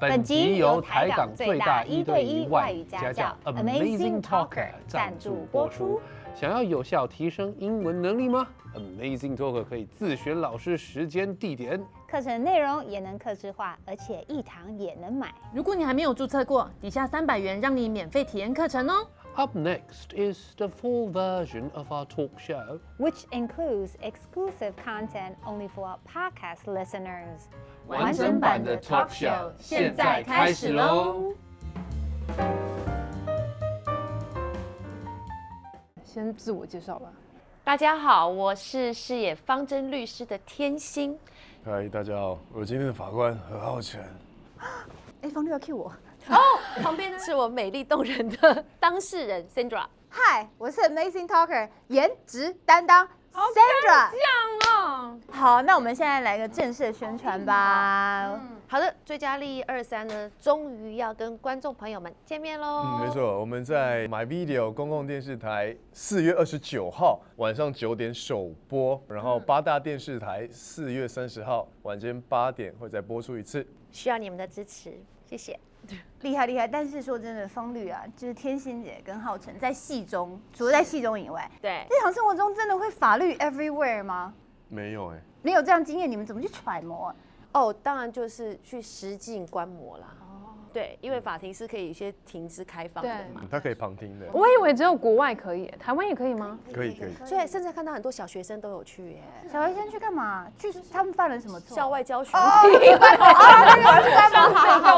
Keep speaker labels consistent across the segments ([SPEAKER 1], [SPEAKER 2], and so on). [SPEAKER 1] 本集由台港最大一对一外语家教 Amazing Talker 赞助播出。想要有效提升英文能力吗？Amazing Talker 可以自选老师、时间、地点。
[SPEAKER 2] 课程内容也能客制化，而且一堂也能买。
[SPEAKER 3] 如果你还没有注册过，底下三百元让你免费体验课程哦。
[SPEAKER 1] Up next is the full version of our talk show.
[SPEAKER 2] which includes exclusive content only for podcast listeners.
[SPEAKER 3] 完整版的 talk show 现在开始喽！
[SPEAKER 4] 先自我介绍吧。
[SPEAKER 5] 大家好，我是饰演方针律师的天心。
[SPEAKER 6] 嗨，大家好，我今天的法官何浩全。
[SPEAKER 4] 哎，方律要 cue 我。
[SPEAKER 5] 旁边呢是我美丽动人 的当事人 Sandra。
[SPEAKER 7] 嗨，我是 Amazing Talker 颜值担当 Sandra。
[SPEAKER 3] 哦，
[SPEAKER 7] 好，那我们现在来个正式的宣传吧。
[SPEAKER 5] 好的，最佳利益二三呢，终于要跟观众朋友们见面喽。
[SPEAKER 6] 嗯，没。错，我们在 My Video 公共电视台四月二十九号晚上九点首播，然后八大电视台四月三十号晚间八点会再播出一次。
[SPEAKER 5] 需要你们的支持，谢谢。
[SPEAKER 7] 厉害厉害，但是说真的，方律啊，就是天心姐跟浩辰在戏中，除了在戏中以外，
[SPEAKER 5] 对，
[SPEAKER 7] 日常生活中真的会法律 everywhere 吗？
[SPEAKER 6] 没有哎、
[SPEAKER 7] 没有这样经验，你们怎么去揣摩啊？
[SPEAKER 5] 哦，当然就是去实境观摩啦。哦对，因为法庭是可以一些庭是开放的嘛，
[SPEAKER 6] 嗯他可以旁听的，
[SPEAKER 4] 我以为只有国外可以，台湾也可以吗？
[SPEAKER 6] 可以可以。
[SPEAKER 5] 所以甚至看到很多小学生都有去耶，
[SPEAKER 7] 小学生去干嘛？去他们犯了什么错？
[SPEAKER 5] 校外教学。
[SPEAKER 7] 好好好，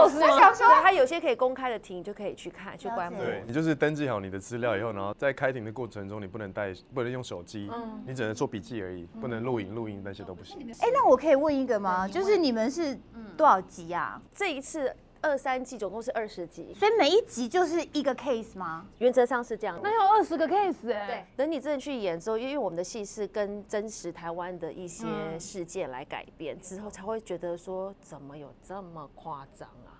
[SPEAKER 7] 我想说，
[SPEAKER 5] 对，他有些可以公开的庭，你就可以去看去观摩。
[SPEAKER 6] 对你就是登记好你的资料以后，然后在开庭的过程中，你不能带，不能用手机，你只能做笔记而已，不能录影，录音那些都不行。
[SPEAKER 7] 哎，那我可以问一个吗？就是你们是
[SPEAKER 5] 嗯
[SPEAKER 7] 多少集啊？
[SPEAKER 5] 这一次二三季总共是二十集，
[SPEAKER 7] 所以每一集就是一个 case 吗？
[SPEAKER 5] 原则上是这样的。
[SPEAKER 4] 那有二十个 case 哎、
[SPEAKER 5] 对，等你真的去演之后，因为我们的戏是跟真实台湾的一些事件来改编、之后，才会觉得说怎么有这么夸张啊？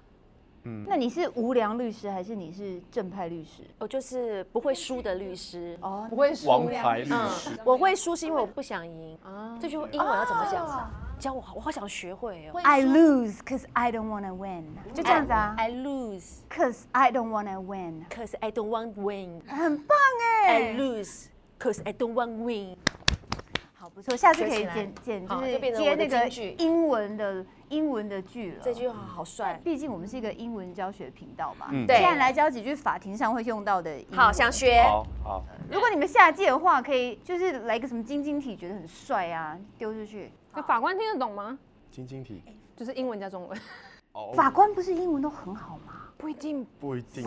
[SPEAKER 7] 那你是无良律师还是你是正派律师？
[SPEAKER 5] 我哦就是不会输的律师。哦，
[SPEAKER 4] 不会输。
[SPEAKER 6] 王牌律师，
[SPEAKER 5] 我会输是因为哦我不想赢。这句英文要怎么讲啊？教我好，我好想学会哦。
[SPEAKER 7] I lose cause I don't wanna win，就这样子啊
[SPEAKER 5] I lose
[SPEAKER 7] ，cause I don't wanna win，
[SPEAKER 5] cause I don't want win.
[SPEAKER 7] 很棒
[SPEAKER 5] I
[SPEAKER 7] 哎，
[SPEAKER 5] lose cause I don't want win.
[SPEAKER 7] 好不错，下次可
[SPEAKER 5] 学
[SPEAKER 7] 以
[SPEAKER 5] 起来
[SPEAKER 7] 剪剪就
[SPEAKER 5] 好
[SPEAKER 7] 是
[SPEAKER 5] 就变成
[SPEAKER 7] 接
[SPEAKER 5] 我的
[SPEAKER 7] 那个
[SPEAKER 5] 金句
[SPEAKER 7] 英文的英文的剧了。
[SPEAKER 5] 这句话好帅。
[SPEAKER 7] 毕竟我们是一个英文教学频道嘛，
[SPEAKER 6] 嗯
[SPEAKER 5] 对
[SPEAKER 7] 现在来教几句法庭上会用到的英文。
[SPEAKER 5] 好想学。
[SPEAKER 6] 好好，
[SPEAKER 7] 如果你们下届的话，可以就是来个什么晶晶体，觉得很帅啊，丢出去。
[SPEAKER 4] 那法官听得懂吗？
[SPEAKER 6] 晶晶体，
[SPEAKER 4] 就是英文加中文，
[SPEAKER 6] 哦
[SPEAKER 7] 法官不是英文都很好吗？
[SPEAKER 4] 不一定，
[SPEAKER 6] 不一定，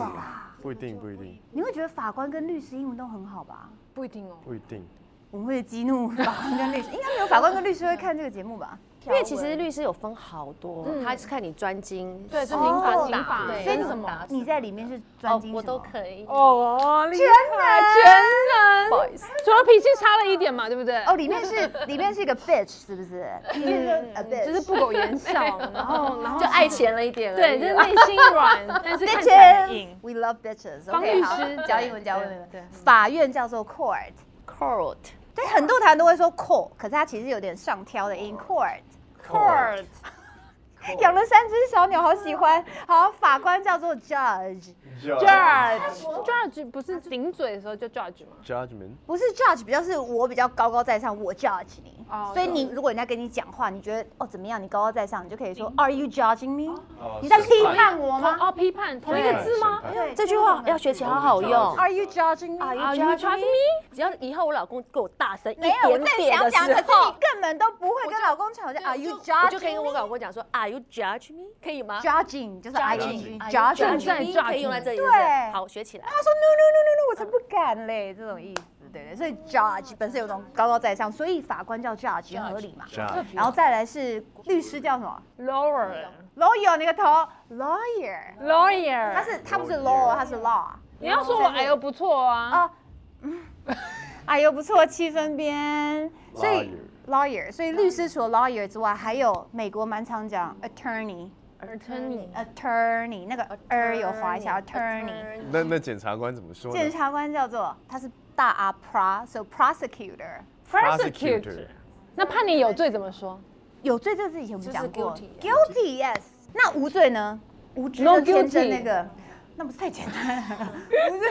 [SPEAKER 6] 不一定，不一定，
[SPEAKER 7] 你会觉得法官跟律师英文都很好吧？
[SPEAKER 4] 不一定哦。
[SPEAKER 6] 不一定。
[SPEAKER 7] 我们会激怒法官跟律师，应该没有法官跟律师会看这个节目吧？
[SPEAKER 5] 因为其实律师有分好多，他是看你专精。
[SPEAKER 4] 对，是
[SPEAKER 7] 哦
[SPEAKER 4] 民法、
[SPEAKER 7] 嗯民
[SPEAKER 4] 刑
[SPEAKER 7] 法
[SPEAKER 4] 法，跟
[SPEAKER 5] 对跟
[SPEAKER 4] 什
[SPEAKER 5] 什
[SPEAKER 4] 么
[SPEAKER 5] 么？
[SPEAKER 7] 你在里面是专
[SPEAKER 5] 哦
[SPEAKER 7] 精，
[SPEAKER 5] 我
[SPEAKER 7] 什么
[SPEAKER 5] 都可以。
[SPEAKER 4] 哦，全能，全能，不好意思，除了脾气差了一点嘛，对不对？
[SPEAKER 7] 哦，里面是里面是一个 bitch 是不是？里面是 a bitch，
[SPEAKER 4] 嗯就是不苟言笑， 然后然后
[SPEAKER 5] 就爱钱了一点而
[SPEAKER 4] 对，
[SPEAKER 5] 已。
[SPEAKER 4] 就是内心 软，但是看起来很硬
[SPEAKER 7] bitches。We love bitches。
[SPEAKER 4] 方
[SPEAKER 7] OK，
[SPEAKER 4] 律
[SPEAKER 7] 好
[SPEAKER 4] 师
[SPEAKER 7] 教
[SPEAKER 4] 对
[SPEAKER 7] 英文教英
[SPEAKER 4] 对
[SPEAKER 7] 文，
[SPEAKER 4] 对
[SPEAKER 7] 法院叫做 court。
[SPEAKER 5] court
[SPEAKER 7] 对，很多台湾都会说 court，可是它其实有点上挑的音 court。
[SPEAKER 5] court
[SPEAKER 7] 养了三只小鸟，好喜欢。好，法官叫做 judge，judge
[SPEAKER 4] Judge 不是顶嘴的时候就 Judge 吗？
[SPEAKER 6] Judgment，
[SPEAKER 7] 不是 judge，比较是我比较高高在上，我 judge 你。
[SPEAKER 4] 哦
[SPEAKER 7] 所以你如果人家跟你讲话，你觉得哦怎么样，你高高在上，你就可以
[SPEAKER 5] 嗯
[SPEAKER 7] 说 Are you judging me？
[SPEAKER 1] 哦
[SPEAKER 7] 你在批判我
[SPEAKER 4] 同
[SPEAKER 7] 吗
[SPEAKER 4] 哦，批判同一个字吗？
[SPEAKER 6] 审判
[SPEAKER 7] 对嗯
[SPEAKER 5] 这句话要学起来好好用。
[SPEAKER 7] ？Are you judging me？啊
[SPEAKER 5] Are
[SPEAKER 4] Are you
[SPEAKER 5] judging
[SPEAKER 4] judging
[SPEAKER 5] me？只要以后我老公给我大声一
[SPEAKER 7] 没有，我
[SPEAKER 5] 点
[SPEAKER 7] 正
[SPEAKER 5] 点
[SPEAKER 7] 想
[SPEAKER 5] 的时
[SPEAKER 7] 讲，可是
[SPEAKER 5] 候
[SPEAKER 7] 你，根本都不会跟老公吵架。Are you
[SPEAKER 5] 我就可以
[SPEAKER 7] judging
[SPEAKER 5] 跟我
[SPEAKER 7] me？
[SPEAKER 5] 老公讲说，Are you judge me？可以吗
[SPEAKER 7] Judging 就是 I N G
[SPEAKER 5] Are you
[SPEAKER 7] judging，
[SPEAKER 4] 在
[SPEAKER 5] judging me？可
[SPEAKER 4] judging
[SPEAKER 5] 以用在这里。
[SPEAKER 7] 对
[SPEAKER 5] 是不是好，学起来。
[SPEAKER 7] 他说 no no no no no，我才不敢嘞，这种意思，对对。所以 judge 本身有种高高在上，所以法官叫 judge 合理嘛。
[SPEAKER 6] Judge
[SPEAKER 7] 然后再来是律师叫什么
[SPEAKER 4] Lawyer
[SPEAKER 7] lawyer 那个头 lawyer，
[SPEAKER 4] Lawyer，
[SPEAKER 7] 他是他不是 law，他是 law。
[SPEAKER 4] 你要说我哎呦不错啊，
[SPEAKER 5] 哦
[SPEAKER 7] 啊哎呦不错，七分边。所以 lawyer，所以律师除了 lawyer 之外，还有美国蛮常讲 attorney。
[SPEAKER 5] 嗯
[SPEAKER 4] Attorney
[SPEAKER 7] attorney 那个 er 有划一下 attorney。
[SPEAKER 5] Attorney
[SPEAKER 6] 那那检察官怎么说
[SPEAKER 7] 检
[SPEAKER 6] 呢
[SPEAKER 7] 察官叫做他是大阿 pro，so prosecutor。
[SPEAKER 6] ？Prosecutor，
[SPEAKER 4] 那判你有罪怎么说？
[SPEAKER 7] 有罪这个字以前我们
[SPEAKER 4] 就是
[SPEAKER 7] 讲过
[SPEAKER 4] guilty 啊
[SPEAKER 7] ，guilty yes。那无罪呢？无知
[SPEAKER 4] No
[SPEAKER 7] 的天真
[SPEAKER 4] guilty
[SPEAKER 7] 那个，那不是太简单 了，不是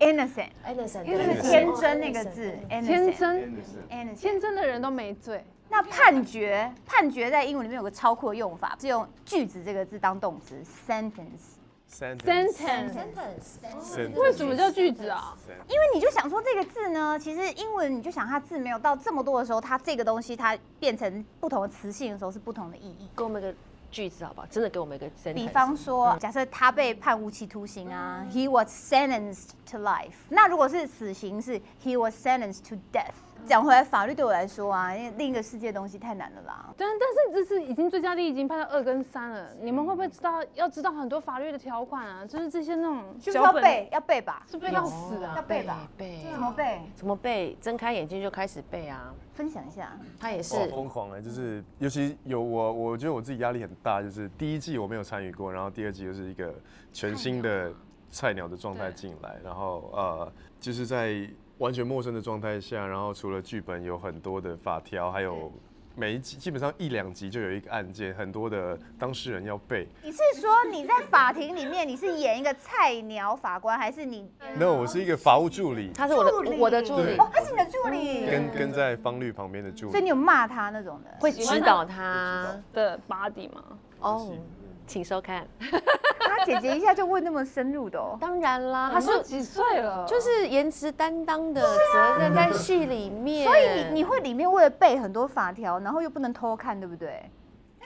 [SPEAKER 7] innocent，
[SPEAKER 5] Innocent，
[SPEAKER 7] 因为那个
[SPEAKER 5] 哎对
[SPEAKER 7] 天真那个字，
[SPEAKER 5] 嗯
[SPEAKER 4] 天
[SPEAKER 7] innocent
[SPEAKER 4] 真，
[SPEAKER 7] innocent。
[SPEAKER 4] 天真的人都没罪。
[SPEAKER 7] 那判决，判决在英文里面有个超酷的用法，是用句子这个字当动词 sentence，
[SPEAKER 6] sentence
[SPEAKER 4] sentence
[SPEAKER 6] sentence
[SPEAKER 4] 为什么叫句子啊？
[SPEAKER 7] 因为你就想说这个字呢，其实英文你就想它字没有到这么多的时候，它这个东西它变成不同的词性的时候是不同的意义。
[SPEAKER 5] 给我们一个句子好不好？真的给我们一个 sentence。
[SPEAKER 7] 比方说，假设他被判无期徒刑啊、h e was sentenced to life。那如果是死刑是 he was sentenced to death。讲回来，法律对我来说啊，因为另一个世界的东西太难了啦。
[SPEAKER 4] 但但是这次已经最佳利益已经判到二跟三了，
[SPEAKER 5] 嗯
[SPEAKER 4] 你们会不会知道？要知道很多法律的条款啊，就是这些那种
[SPEAKER 7] 就是要
[SPEAKER 4] 脚本
[SPEAKER 7] 背，要背吧，
[SPEAKER 4] 是背到死
[SPEAKER 7] 要
[SPEAKER 4] 啊！
[SPEAKER 7] 背吧。啊
[SPEAKER 5] 背
[SPEAKER 7] 怎么背？
[SPEAKER 5] 怎么背？睁开眼睛就开始背啊！
[SPEAKER 7] 分享一下。
[SPEAKER 5] 他也是
[SPEAKER 7] 哦
[SPEAKER 6] 哇，疯狂哎、就是尤其有我，我觉得我自己压力很大，就是第一季我没有参与过，然后第二季又是一个全新的菜鸟的状态进来，然后呃，就是在完全陌生的状态下，然后除了剧本有很多的法条，还有每一集基本上一两集就有一个案件，很多的当事人要背。
[SPEAKER 7] 你是说你在法庭里面你是演一个菜鸟法官，还是你
[SPEAKER 6] 那我是一个法务助理，
[SPEAKER 5] 他是我
[SPEAKER 7] 助
[SPEAKER 5] 的
[SPEAKER 7] 理
[SPEAKER 5] 我的助
[SPEAKER 6] 对
[SPEAKER 5] 理，
[SPEAKER 7] 哦，他是你的助理？
[SPEAKER 6] 跟跟在方律旁边的助
[SPEAKER 7] 所以你
[SPEAKER 6] 理。
[SPEAKER 7] 有骂他那种的？
[SPEAKER 5] 会指导他
[SPEAKER 4] 的 body 嘛，
[SPEAKER 5] 哦。请收看。
[SPEAKER 7] 他姐姐一下就问那么深入的哦。
[SPEAKER 5] 当然啦，他
[SPEAKER 4] 他
[SPEAKER 5] 是
[SPEAKER 4] 说几岁了？
[SPEAKER 5] 就是颜值担当的责任在戏里 面，
[SPEAKER 7] 所以你你会里面为了背很多法条，然后又不能偷看，对不对？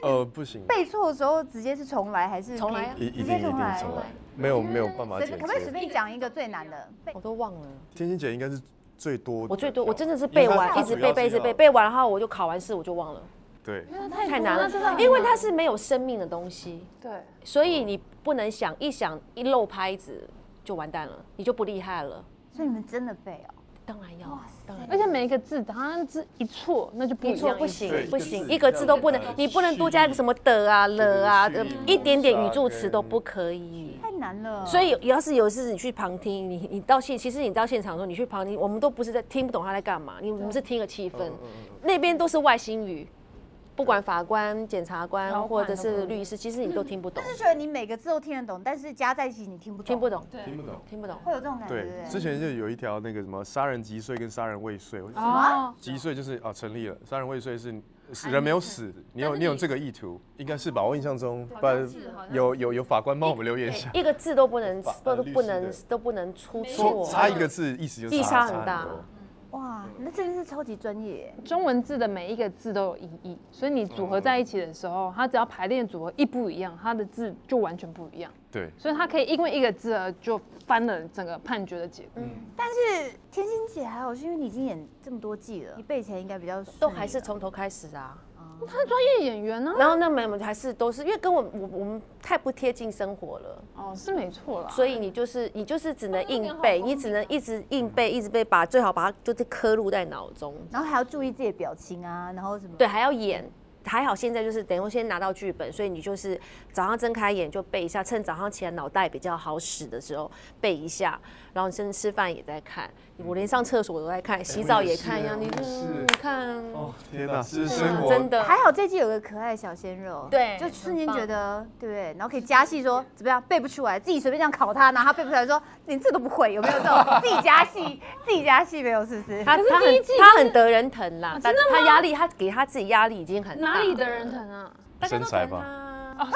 [SPEAKER 6] 呃，不行，
[SPEAKER 7] 背错的时候直接是重来还是可以
[SPEAKER 5] 重来啊
[SPEAKER 6] 一一
[SPEAKER 7] 直
[SPEAKER 6] 定
[SPEAKER 7] 接
[SPEAKER 6] 一定
[SPEAKER 7] 重来。
[SPEAKER 6] 重来，没有没有办法
[SPEAKER 7] 随
[SPEAKER 6] 解
[SPEAKER 7] 便
[SPEAKER 6] 决。
[SPEAKER 7] 可不可以随便讲一个最难的？背
[SPEAKER 5] 我都忘了。
[SPEAKER 6] 天心姐应该是最多的，
[SPEAKER 5] 我最多我真的是背完，一直背背一直背，背完然后我就考完试我就忘了，
[SPEAKER 6] 对，
[SPEAKER 5] 太难
[SPEAKER 4] 那真的
[SPEAKER 5] 了，
[SPEAKER 4] 很
[SPEAKER 5] 因为它是没有生命的东西，
[SPEAKER 4] 对，
[SPEAKER 5] 所以你不能想一想一漏拍子就完蛋了，你就不厉害了。
[SPEAKER 7] 所以你们真的背哦。
[SPEAKER 5] 当然要，当然要
[SPEAKER 4] 而且每一个字，它字一错，那就不一
[SPEAKER 5] 你
[SPEAKER 4] 样
[SPEAKER 5] 错不
[SPEAKER 6] 对
[SPEAKER 5] 行
[SPEAKER 6] 一
[SPEAKER 5] 不
[SPEAKER 6] 个
[SPEAKER 5] 行，
[SPEAKER 6] 字
[SPEAKER 5] 一个字都不能
[SPEAKER 6] 一定要，
[SPEAKER 5] 你不能多加一个什么的啊了啊，
[SPEAKER 6] 对
[SPEAKER 5] 呃
[SPEAKER 6] 对对
[SPEAKER 5] 一点点
[SPEAKER 6] 嗯
[SPEAKER 5] 语助词都不可以。
[SPEAKER 7] 太难了，
[SPEAKER 5] 所以有要是有一次你去旁听，你你到现，其实你到现场的时候，你去旁听，我们都不是在听不懂他在干嘛，你我们是听个气氛，
[SPEAKER 6] 嗯
[SPEAKER 5] 那边都是外星语，不管法官、检察官
[SPEAKER 4] 条
[SPEAKER 5] 或
[SPEAKER 4] 款
[SPEAKER 5] 者
[SPEAKER 4] 都
[SPEAKER 5] 是律师，其实你都听不懂，
[SPEAKER 7] 就是觉得你每个字都听得懂，但是加在一起你听不懂，
[SPEAKER 5] 听不懂，
[SPEAKER 6] 听不懂。
[SPEAKER 5] 听不懂。
[SPEAKER 7] 会有这种感觉。
[SPEAKER 6] 对，之前就有一条那个什么杀人既遂跟杀人未遂，我就说
[SPEAKER 4] 啊，
[SPEAKER 6] 既遂就是啊成立了，杀人未遂是是人没有死，你有你有这个意图，应该是吧？我印象中，不然有有有法官帮我们留言一下，
[SPEAKER 5] 一个字都不能
[SPEAKER 6] 法
[SPEAKER 5] 都
[SPEAKER 6] 呃
[SPEAKER 5] 都
[SPEAKER 6] 律
[SPEAKER 5] 不
[SPEAKER 6] 师
[SPEAKER 5] 能
[SPEAKER 6] 的
[SPEAKER 5] 都不能出
[SPEAKER 6] 说
[SPEAKER 5] 错，
[SPEAKER 6] 差一个字意思就
[SPEAKER 5] 意
[SPEAKER 6] 差
[SPEAKER 5] 差很大
[SPEAKER 6] 多
[SPEAKER 7] 哇，那真的是超级专业耶。
[SPEAKER 4] 中文字的每一个字都有意义，所以你组合在一起的时候，它只要排列组合一不一样，它的字就完全不一样，
[SPEAKER 6] 对，
[SPEAKER 4] 所以它可以因为一个字而就翻了整个判决的结果。
[SPEAKER 7] 但是天心姐还好，是因为你已经演这么多季了，你背起来应该比较顺
[SPEAKER 5] 都还是
[SPEAKER 7] 了
[SPEAKER 5] 从头开始啊。
[SPEAKER 4] 他是专业演员呢、
[SPEAKER 5] 然后那没有还是都是因为跟我我我们太不贴近生活了。
[SPEAKER 4] 哦，是没错啦。
[SPEAKER 5] 所以你就是你就是只能硬背，你只能一直硬背，一直背，把最好把它就是刻入在脑中。
[SPEAKER 7] 然后还要注意自己的表情啊，然后什么。
[SPEAKER 5] 对，还要演。还好现在就是等于先拿到剧本，所以你就是早上睁开眼就背一下，趁早上起来脑袋比较好使的时候背一下，然后甚至吃饭也在看，我连上厕所都在看，洗哎澡也看一样，你就是啊哦你看，啊
[SPEAKER 6] 天哪，这是生活
[SPEAKER 5] 真的
[SPEAKER 7] 还好这季有个可爱小鲜肉，
[SPEAKER 5] 对
[SPEAKER 7] 就瞬间
[SPEAKER 5] 很棒
[SPEAKER 7] 觉得对不对？然后可以加戏说怎么样背不出来，自己随便这样考他，然后他背不出来说连这都不会，有没有这种自己加戏？自己加戏没有是不是？
[SPEAKER 5] 他他
[SPEAKER 4] 第一
[SPEAKER 5] 很
[SPEAKER 4] 季
[SPEAKER 5] 他很得人疼啦，但是他压力他给他自己压力已经很大了，
[SPEAKER 4] 哪里的人疼啊？
[SPEAKER 6] 身材吧，
[SPEAKER 5] 啊，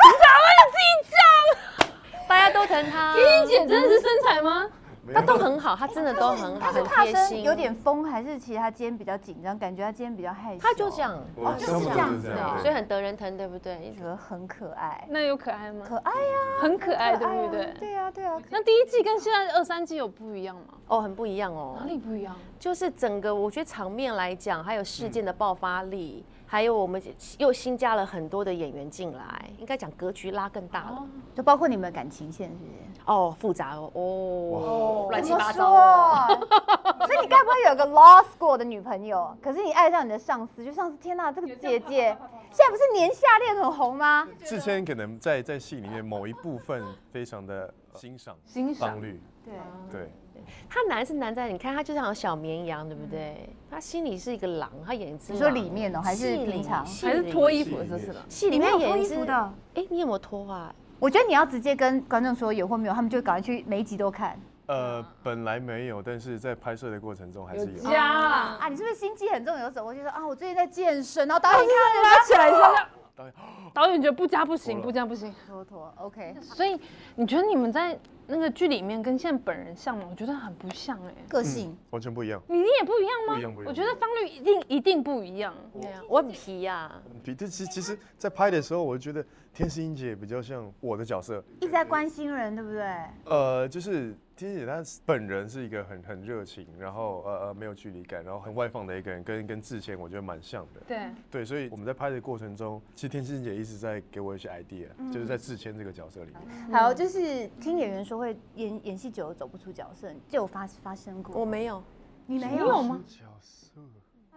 [SPEAKER 5] 大家都疼他，
[SPEAKER 4] 天姐真的是身材吗？
[SPEAKER 5] 他都很好，他真的都很好，
[SPEAKER 7] 他是
[SPEAKER 5] 很
[SPEAKER 7] 怕
[SPEAKER 5] 贴
[SPEAKER 7] 生
[SPEAKER 5] 心，
[SPEAKER 7] 有点疯，还是其实他今天比较紧张？感觉他今天比较害羞。
[SPEAKER 5] 他就这样，
[SPEAKER 6] 我
[SPEAKER 7] 哦就是这样子哦
[SPEAKER 5] 所以很得人疼，对不对？
[SPEAKER 7] 觉得很可爱，
[SPEAKER 4] 那有可爱吗？
[SPEAKER 7] 可爱呀、
[SPEAKER 4] 很可爱，
[SPEAKER 7] 可
[SPEAKER 4] 对
[SPEAKER 7] 爱
[SPEAKER 4] 不
[SPEAKER 7] 啊
[SPEAKER 4] 对？
[SPEAKER 7] 对啊，对啊。
[SPEAKER 4] 那第一季跟现在的二三季有不一样吗？
[SPEAKER 5] 哦，很不一样哦
[SPEAKER 4] 哪，里不一样？
[SPEAKER 5] 就是整个我觉得场面来讲，还有事件的爆发力，还有我们又新加了很多的演员进来，应该讲格局拉更大了。
[SPEAKER 7] 就包括你们的感情线是不是？
[SPEAKER 5] 哦，复杂哦，哦，乱七
[SPEAKER 7] 怎么
[SPEAKER 5] 八糟哦。
[SPEAKER 7] 说？所以你该不会有个 law school 的女朋 友？可是你爱上你的上司，就上司天哪，这个姐姐现在不是年下恋很红吗？
[SPEAKER 6] 之前可能在在戏里面某一部分非常的欣赏
[SPEAKER 4] 欣
[SPEAKER 6] 方
[SPEAKER 4] 赏
[SPEAKER 6] 律，
[SPEAKER 7] 对，
[SPEAKER 6] 对，
[SPEAKER 5] 他难是难在你看他就是好像小绵羊，对不对？他心里是一个狼，他演一
[SPEAKER 7] 嗯
[SPEAKER 5] 只
[SPEAKER 7] 你说
[SPEAKER 5] 狼
[SPEAKER 7] 里面哦还是
[SPEAKER 5] 戏里
[SPEAKER 7] 平常
[SPEAKER 5] 戏
[SPEAKER 4] 还是
[SPEAKER 5] 里
[SPEAKER 4] 脱衣服的是不是？
[SPEAKER 5] 戏里
[SPEAKER 7] 你没
[SPEAKER 5] 面
[SPEAKER 7] 有
[SPEAKER 5] 演
[SPEAKER 7] 脱
[SPEAKER 5] 一
[SPEAKER 7] 衣
[SPEAKER 5] 只
[SPEAKER 7] 服的，
[SPEAKER 5] 哎，你有没有脱啊？
[SPEAKER 7] 我我觉得你要直接跟观众说有或没有，他们就赶快去每一集都看
[SPEAKER 6] 呃，本来没有，但是在拍摄的过程中还是有。
[SPEAKER 4] 家啊，
[SPEAKER 7] 啊！你是不是心机很重？有走过去说啊，我最近在健身，然后导演看啊了
[SPEAKER 4] 拉起来一下这样，
[SPEAKER 6] 导演，
[SPEAKER 4] 导演觉得不加不
[SPEAKER 6] 够
[SPEAKER 4] 行，
[SPEAKER 6] 了
[SPEAKER 4] 不加不行。
[SPEAKER 7] 坨坨，OK，
[SPEAKER 4] 所以你觉得你们在那个剧里面跟现在本人像吗？我觉得很不像哎、
[SPEAKER 7] 个性
[SPEAKER 6] 完全不一样。
[SPEAKER 4] 你你也不一样吗？
[SPEAKER 6] 不一样不一样
[SPEAKER 4] 我觉得方律一定一定不一样。
[SPEAKER 5] 对啊，我很皮呀，
[SPEAKER 6] 比这其其实，在拍的时候，我觉得天心姐比较像我的角色。
[SPEAKER 7] 一直在关心人，对不对？
[SPEAKER 6] 呃，就是天心姐她本人是一个很很热情，然后呃呃没有距离感，然后很外放的一个人，跟跟志谦我觉得蛮像
[SPEAKER 7] 嗯
[SPEAKER 6] 的。
[SPEAKER 4] 对，
[SPEAKER 6] 对，所以我们在拍的过程中，其实天心姐一直在给我一些 idea，、就是
[SPEAKER 7] 嗯
[SPEAKER 6] 在志谦这个角色里面。
[SPEAKER 7] 还有
[SPEAKER 5] 嗯
[SPEAKER 7] 就是听演员说会演演戏久了走不出角色，就有发发生过。
[SPEAKER 5] 我没有，
[SPEAKER 7] 你没
[SPEAKER 4] 你
[SPEAKER 7] 有
[SPEAKER 4] 有吗？
[SPEAKER 6] 角色？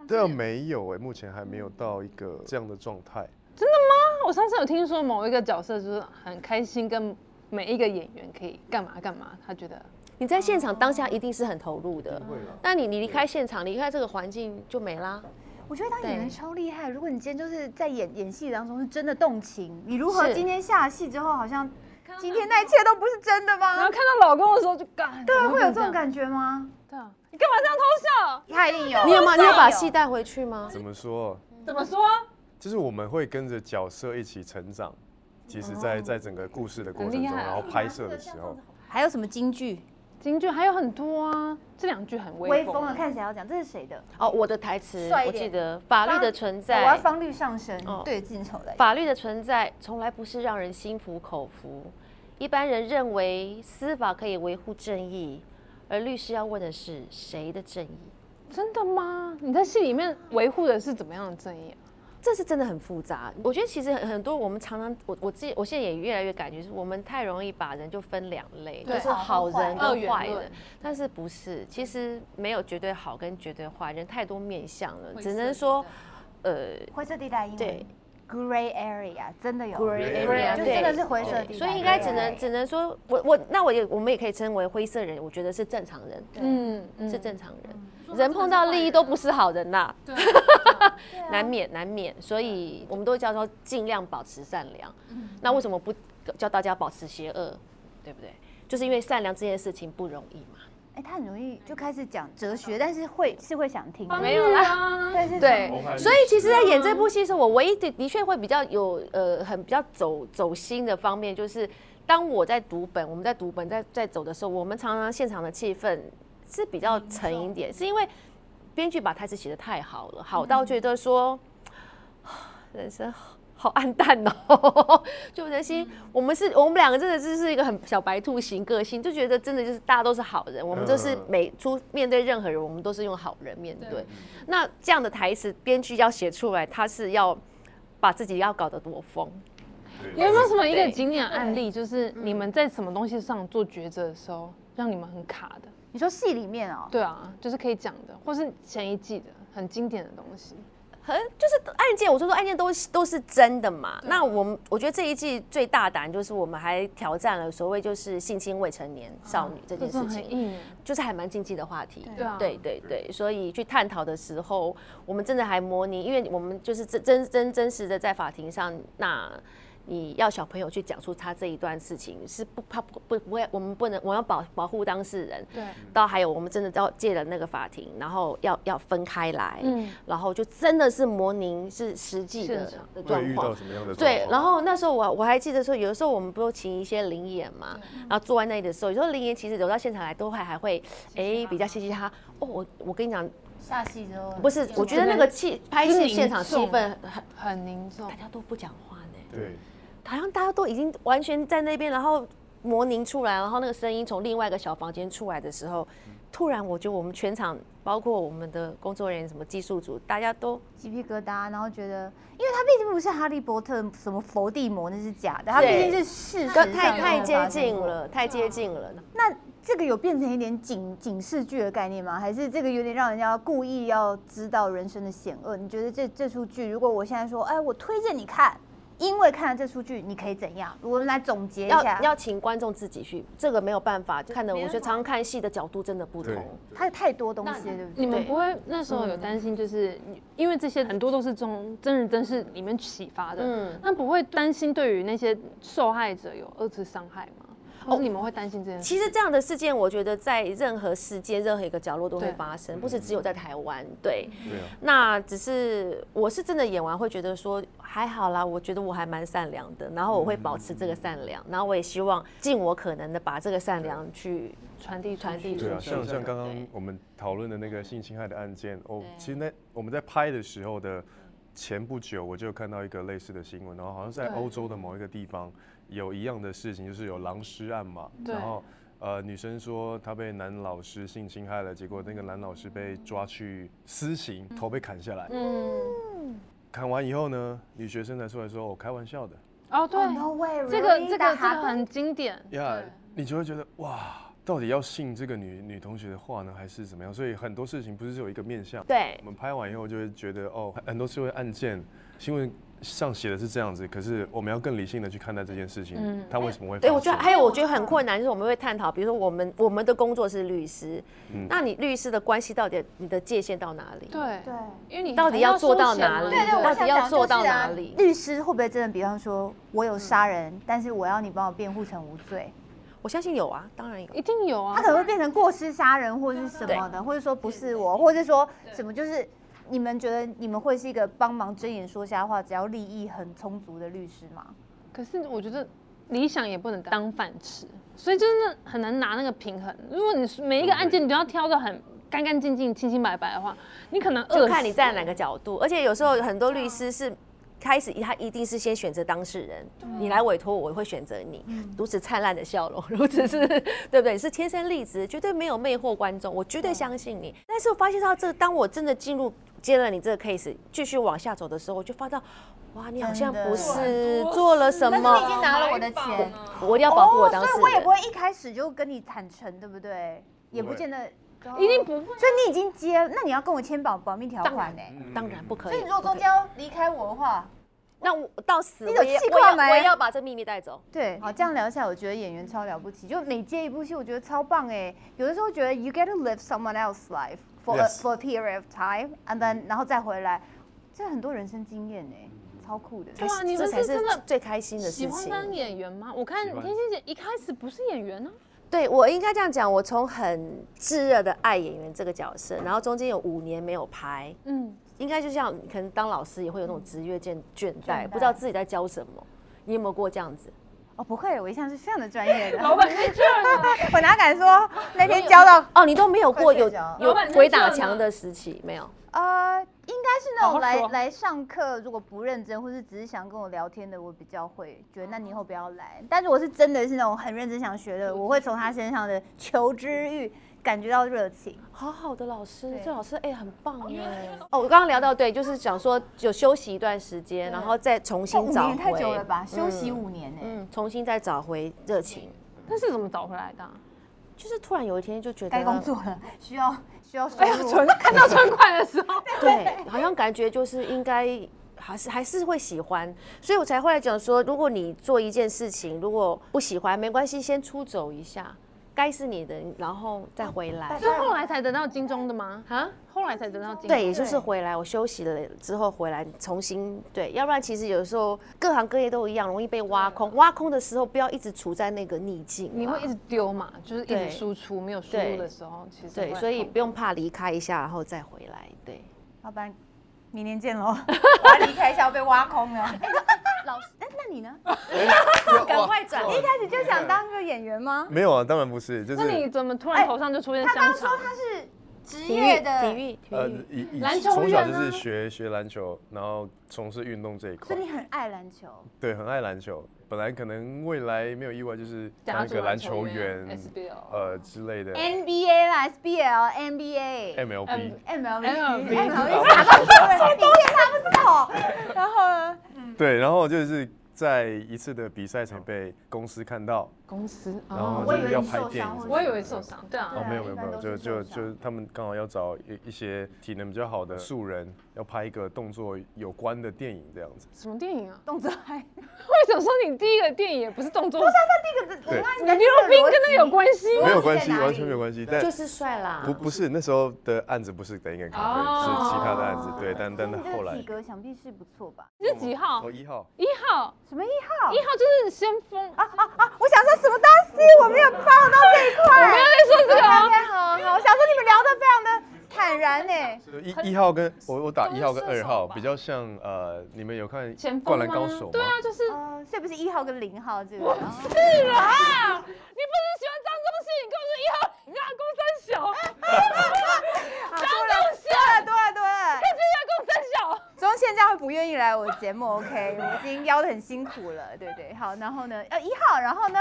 [SPEAKER 6] 对啊，没有哎、目前还没有到一个这样的状态。
[SPEAKER 4] 啊我上次有听说某一个角色就是很开心，跟每一个演员可以干嘛干嘛，他觉得
[SPEAKER 5] 你在现场当下一定是很投入
[SPEAKER 7] 嗯
[SPEAKER 5] 的
[SPEAKER 6] 会啦，
[SPEAKER 5] 那你你离开现场，离开这个环境就没啦。
[SPEAKER 7] 我觉得当演员
[SPEAKER 5] 对
[SPEAKER 7] 超厉害。如果你今天就是在演演戏当中是真的动情，你如何
[SPEAKER 5] 是
[SPEAKER 7] 今天下戏之后，好像今天那一切都不是真的
[SPEAKER 4] 然
[SPEAKER 7] 吗
[SPEAKER 4] 后？看到老公的时候就干，
[SPEAKER 7] 对
[SPEAKER 4] 怎
[SPEAKER 7] 啊，
[SPEAKER 4] 么
[SPEAKER 7] 会有这
[SPEAKER 4] 变
[SPEAKER 7] 种感觉吗？
[SPEAKER 4] 样。对啊，你干嘛这样偷笑？
[SPEAKER 7] 他一定有。
[SPEAKER 5] 你有吗？你有
[SPEAKER 7] 哦
[SPEAKER 5] 把戏带回去吗？
[SPEAKER 6] 怎么说？
[SPEAKER 4] 怎么说？
[SPEAKER 6] 就是我们会跟着角色一起成长。其实在，在整个故事的过程中，
[SPEAKER 4] 哦很厉害啊
[SPEAKER 6] 然后拍摄的时候，
[SPEAKER 7] 还有什么京剧？
[SPEAKER 4] 京剧还有很多啊，这两句很
[SPEAKER 7] 威
[SPEAKER 4] 威
[SPEAKER 7] 风
[SPEAKER 4] 风
[SPEAKER 7] 的
[SPEAKER 4] 啊。
[SPEAKER 7] 看谁要讲，这是谁的？
[SPEAKER 5] 哦，我的台词
[SPEAKER 7] 帅一
[SPEAKER 5] 我
[SPEAKER 7] 点
[SPEAKER 5] 记得，法律的存在，
[SPEAKER 7] 我要方律上身
[SPEAKER 5] 哦，
[SPEAKER 7] 对镜头来。
[SPEAKER 5] 法律的存在从来不是让人心服口服。一般人认为司法可以维护正义，而律师要问的是谁的正义？
[SPEAKER 4] 真的吗？你在戏里面维护的是怎么样的正义、啊？
[SPEAKER 5] 这是真的很复杂。我觉得其实很很多我们常常我我自己我现在也越来越感觉是我们太容易把人就分两类，就
[SPEAKER 4] 对
[SPEAKER 5] 是好人
[SPEAKER 4] 好
[SPEAKER 5] 跟
[SPEAKER 4] 跟
[SPEAKER 5] 坏
[SPEAKER 4] 坏
[SPEAKER 5] 人，但是不是？其实没有绝对好跟绝对坏，人太多面相了，只
[SPEAKER 3] 色
[SPEAKER 5] 能说，呃，
[SPEAKER 7] 灰色地带英文
[SPEAKER 5] 对
[SPEAKER 7] gray area 真的有
[SPEAKER 5] Gray
[SPEAKER 6] area，
[SPEAKER 7] 就
[SPEAKER 5] 对
[SPEAKER 7] 真的是灰色地带，
[SPEAKER 5] 所以应该只
[SPEAKER 7] 对
[SPEAKER 5] 能只能说，我我那我也我们也可以称为灰色人，我觉得是正常人，
[SPEAKER 4] 嗯，嗯
[SPEAKER 5] 是正常人，人碰到利益都不是好人呐，
[SPEAKER 3] 对，
[SPEAKER 5] 难免难免，所以我们都叫做尽量保持善良。那为什么不叫大家保持邪恶，对不对？就是因为善良这件事情不容易嘛。
[SPEAKER 7] 哎，他很容易就开始讲哲学，但是会是会想听的，
[SPEAKER 4] 没有啦。
[SPEAKER 7] 但是
[SPEAKER 4] 对，
[SPEAKER 5] 所以其实，在演这部戏的时候，我唯一的的确会比较有呃，很比较走走心的方面，就是当我在读本，我们在读本在在走的时候，我们常常现场的气氛是比较沉一点，是因为编剧把台词写的太好了，好到觉得说、 人生好。好暗淡哦， 就人心，我们是我们两个真的就是一个很小白兔型个性，就觉得真的就是大家都是好人，我们就是
[SPEAKER 6] 嗯
[SPEAKER 5] 每出面对任何人，我们都是用好人面对。那这样的台词，编剧要写出来，他是要把自己要搞得多疯。
[SPEAKER 4] 有没有哎什么一个
[SPEAKER 5] 对嗯
[SPEAKER 4] 经典案例，就是你们在什么东西上做抉择的时候，让你们很卡的？
[SPEAKER 7] 你说戏里面哦，
[SPEAKER 4] 对啊，就是可以讲的，或是前一季的很经典的东西。
[SPEAKER 5] 很就是案件，我说说案件都是都是真的嘛。那我们我觉得这一季最大胆就是我们还挑战了所谓就是性侵未成年少女这件事
[SPEAKER 4] 这种
[SPEAKER 5] 情，
[SPEAKER 4] 很硬耶
[SPEAKER 5] 就是还蛮禁忌的话题。
[SPEAKER 4] 对啊
[SPEAKER 5] 对对对，所以去探讨的时候，我们真的还模拟，因为我们就是真真真真实的在法庭上那。你要小朋友去讲述他这一段事情是不怕不不不会，我们不能，我要保保护当事人。
[SPEAKER 4] 对，
[SPEAKER 5] 到还有我们真的到借了那个法庭，然后要要分开来，
[SPEAKER 4] 嗯
[SPEAKER 5] 然后就真的是模拟是实际的
[SPEAKER 4] 现场
[SPEAKER 5] 的
[SPEAKER 6] 会
[SPEAKER 5] 状
[SPEAKER 6] 遇到
[SPEAKER 5] 况。
[SPEAKER 6] 什么样的状
[SPEAKER 5] 对
[SPEAKER 6] 况，
[SPEAKER 5] 然后那时候我我还记得说，有的时候我们不都请一些灵演嘛，
[SPEAKER 4] 嗯
[SPEAKER 5] 然后坐在那里的时候，有时候灵演其实走到现场来都还还会，哎，比较嘻嘻哈哈。哦，我我跟你讲，
[SPEAKER 7] 下戏之后
[SPEAKER 5] 不是，我觉得那个气拍
[SPEAKER 4] 就是
[SPEAKER 5] 戏
[SPEAKER 4] 凝
[SPEAKER 5] 现场气
[SPEAKER 4] 重
[SPEAKER 5] 氛很，很
[SPEAKER 4] 很凝重
[SPEAKER 5] 大。家都不讲话呢，
[SPEAKER 6] 对，
[SPEAKER 5] 好像大家都已经完全在那边，然后模拟出来，然后那个声音从另外一个小房间出来的时候，
[SPEAKER 4] 嗯
[SPEAKER 5] 突然我觉得我们全场，包括我们的工作人员、什么技术组，大家都
[SPEAKER 7] 鸡皮疙瘩，然后觉得，因为他毕竟不是哈利波特什么伏地魔，那是假的，他毕
[SPEAKER 5] 对
[SPEAKER 7] 竟是事实上
[SPEAKER 5] 跟太太接
[SPEAKER 7] 发
[SPEAKER 5] 近
[SPEAKER 7] 生过。嗯
[SPEAKER 5] 了，太接近了。
[SPEAKER 7] 那这个有变成一点警警示剧的概念吗？还是这个有点让人家故意要知道人生的险恶？你觉得这这出剧，如果我现在说，哎，我推荐你看，因为看了这出剧，你可以怎样？我们来总结一
[SPEAKER 5] 要
[SPEAKER 7] 下。
[SPEAKER 5] 要请观众自己去，这个没有办法。看的我觉得常常看戏的角度真的不同
[SPEAKER 6] 对，
[SPEAKER 7] 它有太多东西了，对不对？
[SPEAKER 4] 你们不会那时候
[SPEAKER 5] 嗯
[SPEAKER 4] 有担心，就是你因为这些很多都是从真人真事里面启发的，
[SPEAKER 5] 嗯
[SPEAKER 4] 嗯，那不会担心对于那些受害者有二次伤害吗？哦，你们会担心这件事？
[SPEAKER 5] 其实这样的事件，我觉得在任何世界、任何一个角落都会
[SPEAKER 4] 对
[SPEAKER 5] 发生，不是只有在台湾。对，
[SPEAKER 6] 对啊，
[SPEAKER 5] 那只是我是真的演完会觉得说还好啦，我觉得我还蛮善良的，然后我会保持这个善良，然后我也希望尽我可能的把这个善良去
[SPEAKER 4] 传递出去
[SPEAKER 5] 传递出
[SPEAKER 6] 对啊，
[SPEAKER 5] 去。
[SPEAKER 6] 像像刚刚
[SPEAKER 5] 对
[SPEAKER 6] 我们讨论的那个性侵害的案件，哦，其实那我们在拍的时候的前不久，我就有看到一个类似的新闻，然后好像在
[SPEAKER 4] 对
[SPEAKER 6] 欧洲的某一个地方有一样的事情，就是有狼师案嘛，
[SPEAKER 4] 对
[SPEAKER 6] 然后呃女生说她被男老师性侵害了，结果那个男老师被抓去私刑，头被砍下来，
[SPEAKER 4] 嗯，
[SPEAKER 6] 砍完以后呢，女学生才出来说，我开玩笑的，
[SPEAKER 4] 哦，对
[SPEAKER 7] Oh,，No way，
[SPEAKER 4] 这
[SPEAKER 7] really?
[SPEAKER 4] 个这
[SPEAKER 7] That
[SPEAKER 4] 个这个
[SPEAKER 7] happened?
[SPEAKER 4] 很经典，
[SPEAKER 6] 呀、你就会觉得哇，到底要信这个女女同学的话呢，还是怎么样？所以很多事情不是只有一个面向。
[SPEAKER 5] 对
[SPEAKER 6] 我，们拍完以后就会觉得哦，很多社会案件新闻上写的是这样子，可是我们要更理性的去看待这件事情，
[SPEAKER 4] 嗯
[SPEAKER 6] 它为什么会发
[SPEAKER 5] 对，
[SPEAKER 6] 生？
[SPEAKER 5] 我觉得还有我觉得很困难，就是我们会探讨，比如说我们我们的工作是律师，
[SPEAKER 6] 嗯
[SPEAKER 5] 那你律师的关系到底你的界限到哪里？
[SPEAKER 4] 对，
[SPEAKER 7] 对。
[SPEAKER 4] 因为你
[SPEAKER 5] 到底要做到哪里
[SPEAKER 7] 对对，我
[SPEAKER 5] 到
[SPEAKER 7] 想
[SPEAKER 5] 底
[SPEAKER 7] 讲
[SPEAKER 5] 要
[SPEAKER 7] 就是
[SPEAKER 5] 做到
[SPEAKER 7] 啊嗯
[SPEAKER 5] 哪里
[SPEAKER 7] 律师会不会真的，比方说，我有杀人，但是我要你帮我辩护成无罪，
[SPEAKER 5] 我相信有啊，当然有。
[SPEAKER 4] 一定有啊，
[SPEAKER 7] 他可能会变成过失杀人或者是什么的，或者说不是我，或者说什么就是。你们觉得你们会是一个帮忙睁眼说瞎话，只要利益很充足的律师吗？
[SPEAKER 4] 可是我觉得理想也不能当饭吃，所以真的很难拿那个平衡。如果你是每一个案件你都要挑的很干干净净、清清白白的话，你可能饿
[SPEAKER 5] 就
[SPEAKER 4] 死
[SPEAKER 5] 看你站哪个角度，而且有时
[SPEAKER 7] 嗯
[SPEAKER 5] 候很
[SPEAKER 7] 啊
[SPEAKER 5] 多律师是。开始他一定是先选择当事人，
[SPEAKER 7] 啊
[SPEAKER 5] 你来委托我，我会选择你。
[SPEAKER 7] 嗯
[SPEAKER 5] 如此灿烂的笑容，如此是对不对？是天生丽质，绝对没有魅惑观众，我绝
[SPEAKER 7] 啊
[SPEAKER 5] 对相信你。但是我发现到这，当我真的进入接了你这个 case，继续往下走的时候，我就发到，哇，你好像
[SPEAKER 7] 真的
[SPEAKER 5] 不是做了什
[SPEAKER 7] 但是你已
[SPEAKER 5] 么，
[SPEAKER 7] 经拿了我的钱，
[SPEAKER 5] 我一定要保护我当
[SPEAKER 7] 哦所
[SPEAKER 5] 事
[SPEAKER 7] 以
[SPEAKER 5] 人。
[SPEAKER 7] 我也不会一开始就跟你坦诚，对不对？也不见得，
[SPEAKER 4] 一定不会。
[SPEAKER 7] 所以你已经接，那你要跟我签保保密条款呢、
[SPEAKER 5] 当然不可以。
[SPEAKER 7] 所以你如果
[SPEAKER 5] 不可
[SPEAKER 7] 中
[SPEAKER 5] 以
[SPEAKER 7] 间要离开我的话，
[SPEAKER 5] 那我到死
[SPEAKER 7] 你
[SPEAKER 5] 我
[SPEAKER 7] 有
[SPEAKER 5] 也
[SPEAKER 7] 气
[SPEAKER 5] 我也
[SPEAKER 7] 泡
[SPEAKER 5] 要
[SPEAKER 7] 没
[SPEAKER 5] 我也要把这秘密带走。
[SPEAKER 7] 对，好，这样聊一下，我觉得演员超了不起，就每接一部戏，我觉得超棒哎。有的时候觉得 you get to live someone else's life for a,
[SPEAKER 6] Yes.
[SPEAKER 7] for a period of time and then 然后再回来，这很多人生经验哎，超酷的。
[SPEAKER 4] 对啊，你
[SPEAKER 5] 这
[SPEAKER 4] 们
[SPEAKER 5] 才
[SPEAKER 4] 是
[SPEAKER 5] 是
[SPEAKER 4] 真的
[SPEAKER 5] 最开心的
[SPEAKER 4] 喜
[SPEAKER 5] 事
[SPEAKER 4] 欢
[SPEAKER 5] 情。
[SPEAKER 4] 当演员吗？我看
[SPEAKER 6] 欢
[SPEAKER 4] 天心姐一开始不是演员啊呢、
[SPEAKER 5] 对我应该这样讲，我从很炙热的爱演员这个角色，然后中间有五年没有拍，
[SPEAKER 4] 嗯，
[SPEAKER 5] 应该就像可能当老师也会有
[SPEAKER 7] 嗯
[SPEAKER 5] 那种职业倦倦怠，不知道自己在教什么。你有没有过这样子？
[SPEAKER 7] 哦，不会，我一向是非常的专业的，
[SPEAKER 4] 老板在这儿呢，
[SPEAKER 7] 我哪敢说那天教到
[SPEAKER 5] 哦，你都没有过
[SPEAKER 7] 快睡
[SPEAKER 5] 有
[SPEAKER 7] 着
[SPEAKER 5] 有
[SPEAKER 4] 老板在
[SPEAKER 5] 鬼
[SPEAKER 4] 这
[SPEAKER 5] 打
[SPEAKER 4] 呢
[SPEAKER 5] 墙的时期没有？
[SPEAKER 7] 呃，应该是那种
[SPEAKER 4] 好好
[SPEAKER 7] 来
[SPEAKER 4] 说
[SPEAKER 7] 来上课，如果不认真或是只是想跟我聊天的，我比较会觉得那你以后不要来。但是我是真的是那种很认真想学的，我会从他身上的求知欲感觉到热情。
[SPEAKER 5] 好好的老师
[SPEAKER 7] 对，
[SPEAKER 5] 这老师哎、很棒哎。哦，我刚刚聊到对，就是想说有休息一段时间，然后再重
[SPEAKER 7] 这
[SPEAKER 5] 新找回。
[SPEAKER 7] 休息五年呢、
[SPEAKER 5] 嗯，重新再找回热
[SPEAKER 7] 嗯
[SPEAKER 5] 情。
[SPEAKER 4] 那是怎么找回来的啊、
[SPEAKER 5] 就是突然有一天就觉得
[SPEAKER 7] 该工作了，需要需要收
[SPEAKER 4] 哎呀，
[SPEAKER 7] 入。
[SPEAKER 4] 存看到存款的时候，
[SPEAKER 5] 对，啊好像感觉就是应该还是还是会喜欢，所以我才会来讲说，如果你做一件事情，如果不喜欢没关系，先出走一下，该是你的，然后再回来。
[SPEAKER 4] 是后来才等到金钟的吗？
[SPEAKER 5] 啊，
[SPEAKER 4] 后来才等到金钟。
[SPEAKER 5] 对，也就是回来，我休息了之后回来重新对，要不然其实有时候各行各业都一样，容易被挖空。挖空的时候，不要一直处在那个逆境啊，
[SPEAKER 4] 你会一直丢嘛，就是一
[SPEAKER 5] 对
[SPEAKER 4] 直输出，没有输
[SPEAKER 5] 对
[SPEAKER 4] 入的时候，其实
[SPEAKER 5] 对，
[SPEAKER 4] 会
[SPEAKER 5] 所以
[SPEAKER 4] 很痛
[SPEAKER 5] 不用怕离开一下，然后再回来。对，
[SPEAKER 7] 老板，明年见喽！我要离开一下，我被挖空了。老哎师，那哎那你呢？
[SPEAKER 5] 赶快转
[SPEAKER 7] 你一开始就想当个演员吗？
[SPEAKER 6] 没有啊，当然不是，就
[SPEAKER 4] 那你
[SPEAKER 6] 是
[SPEAKER 4] 怎么突然头上就出现
[SPEAKER 7] 他刚
[SPEAKER 4] 香
[SPEAKER 7] 说
[SPEAKER 4] 肠？
[SPEAKER 7] 他是职
[SPEAKER 5] 体
[SPEAKER 7] 业
[SPEAKER 5] 育
[SPEAKER 7] 的
[SPEAKER 5] 体育体
[SPEAKER 6] 呃
[SPEAKER 5] 育，
[SPEAKER 6] 以以
[SPEAKER 4] 篮球
[SPEAKER 6] 从小
[SPEAKER 4] 员
[SPEAKER 6] 就
[SPEAKER 4] 啊
[SPEAKER 6] 是学学篮球，然后从事运动这一块
[SPEAKER 7] 所以，你很爱篮球。
[SPEAKER 6] 对，很爱篮球。本来可能未来没有意外，就是
[SPEAKER 4] 打
[SPEAKER 6] 当一
[SPEAKER 4] 主
[SPEAKER 6] 个篮
[SPEAKER 4] 篮
[SPEAKER 6] 球
[SPEAKER 4] 球
[SPEAKER 6] 员
[SPEAKER 4] 员 SBL
[SPEAKER 6] 呃之类的
[SPEAKER 7] NBA 啦，SBL、NBA、
[SPEAKER 6] MLB。
[SPEAKER 7] MLB、
[SPEAKER 4] MLB
[SPEAKER 7] MLB 打到球你也看不到。 然后呢？
[SPEAKER 6] 对，然后就是在一次的比赛才被公司看到，
[SPEAKER 4] 公司
[SPEAKER 6] 然后
[SPEAKER 4] 哦，
[SPEAKER 6] 就
[SPEAKER 7] 我以为
[SPEAKER 6] 是要
[SPEAKER 7] 你
[SPEAKER 6] 拍
[SPEAKER 7] 受
[SPEAKER 6] 电
[SPEAKER 7] 伤
[SPEAKER 6] 影
[SPEAKER 7] 或
[SPEAKER 6] 什
[SPEAKER 7] 者
[SPEAKER 6] 么的。
[SPEAKER 4] 我以为受伤，对
[SPEAKER 7] 对
[SPEAKER 4] 啊
[SPEAKER 6] 哦，
[SPEAKER 7] 啊
[SPEAKER 6] 没有没
[SPEAKER 7] 一
[SPEAKER 6] 有没
[SPEAKER 7] 般
[SPEAKER 6] 有，
[SPEAKER 7] 都
[SPEAKER 6] 就是就
[SPEAKER 7] 受伤
[SPEAKER 6] 就是他们刚好要找一一些体能比较好的素人，要拍一个动作有关的电影这样子。
[SPEAKER 4] 什么电影啊？
[SPEAKER 7] 动作 还，
[SPEAKER 4] 为什么说你第一个电影也不是动作？不是，
[SPEAKER 7] 那第一个
[SPEAKER 6] 对
[SPEAKER 7] 我刚才
[SPEAKER 4] 牛肉冰跟那有关系
[SPEAKER 6] 没
[SPEAKER 4] 吗？
[SPEAKER 6] 有关系，完全没有关系。但
[SPEAKER 5] 就是帅啦
[SPEAKER 6] 不。不是那时候的案子，不是等一个咖啡，
[SPEAKER 4] 哦
[SPEAKER 6] 是其他的案子。对，但但
[SPEAKER 7] 你这
[SPEAKER 6] 后
[SPEAKER 7] 个
[SPEAKER 6] 来哦
[SPEAKER 7] 体格想必是不错吧？
[SPEAKER 4] 你是几号
[SPEAKER 6] 我？一号。
[SPEAKER 4] 一号，
[SPEAKER 7] 什么一
[SPEAKER 6] 哦
[SPEAKER 7] 号？
[SPEAKER 4] 一号就是先锋。
[SPEAKER 7] 啊啊啊！我想说什么东西，我没有 follow 到这一块。我没有在
[SPEAKER 4] 说这个啊
[SPEAKER 7] 好
[SPEAKER 6] 哦
[SPEAKER 7] 好，我想说你们聊得非常的坦然呢。
[SPEAKER 6] 就一一号跟我我打
[SPEAKER 4] 都
[SPEAKER 6] 一
[SPEAKER 4] 是
[SPEAKER 6] 号跟二
[SPEAKER 4] 射
[SPEAKER 6] 号
[SPEAKER 4] 手吧
[SPEAKER 6] 比较像呃，你们有看
[SPEAKER 4] 前
[SPEAKER 6] 《
[SPEAKER 4] 锋
[SPEAKER 6] 灌篮
[SPEAKER 4] 吗
[SPEAKER 6] 高手》吗？
[SPEAKER 4] 对啊，就是
[SPEAKER 7] 哦，所以不是一号跟零号这个。
[SPEAKER 4] 是啦，你不是喜欢张东旭，你根本是一号你阿公三
[SPEAKER 7] 好，多了
[SPEAKER 4] 小，张东旭，
[SPEAKER 7] 哦多了多了多了。
[SPEAKER 4] 这是一阿公三小。
[SPEAKER 7] 中宪这样会不愿意来我的节目，OK？我已 经邀得很辛苦了，对不对？好，然后呢，呃，一号，然 后呢，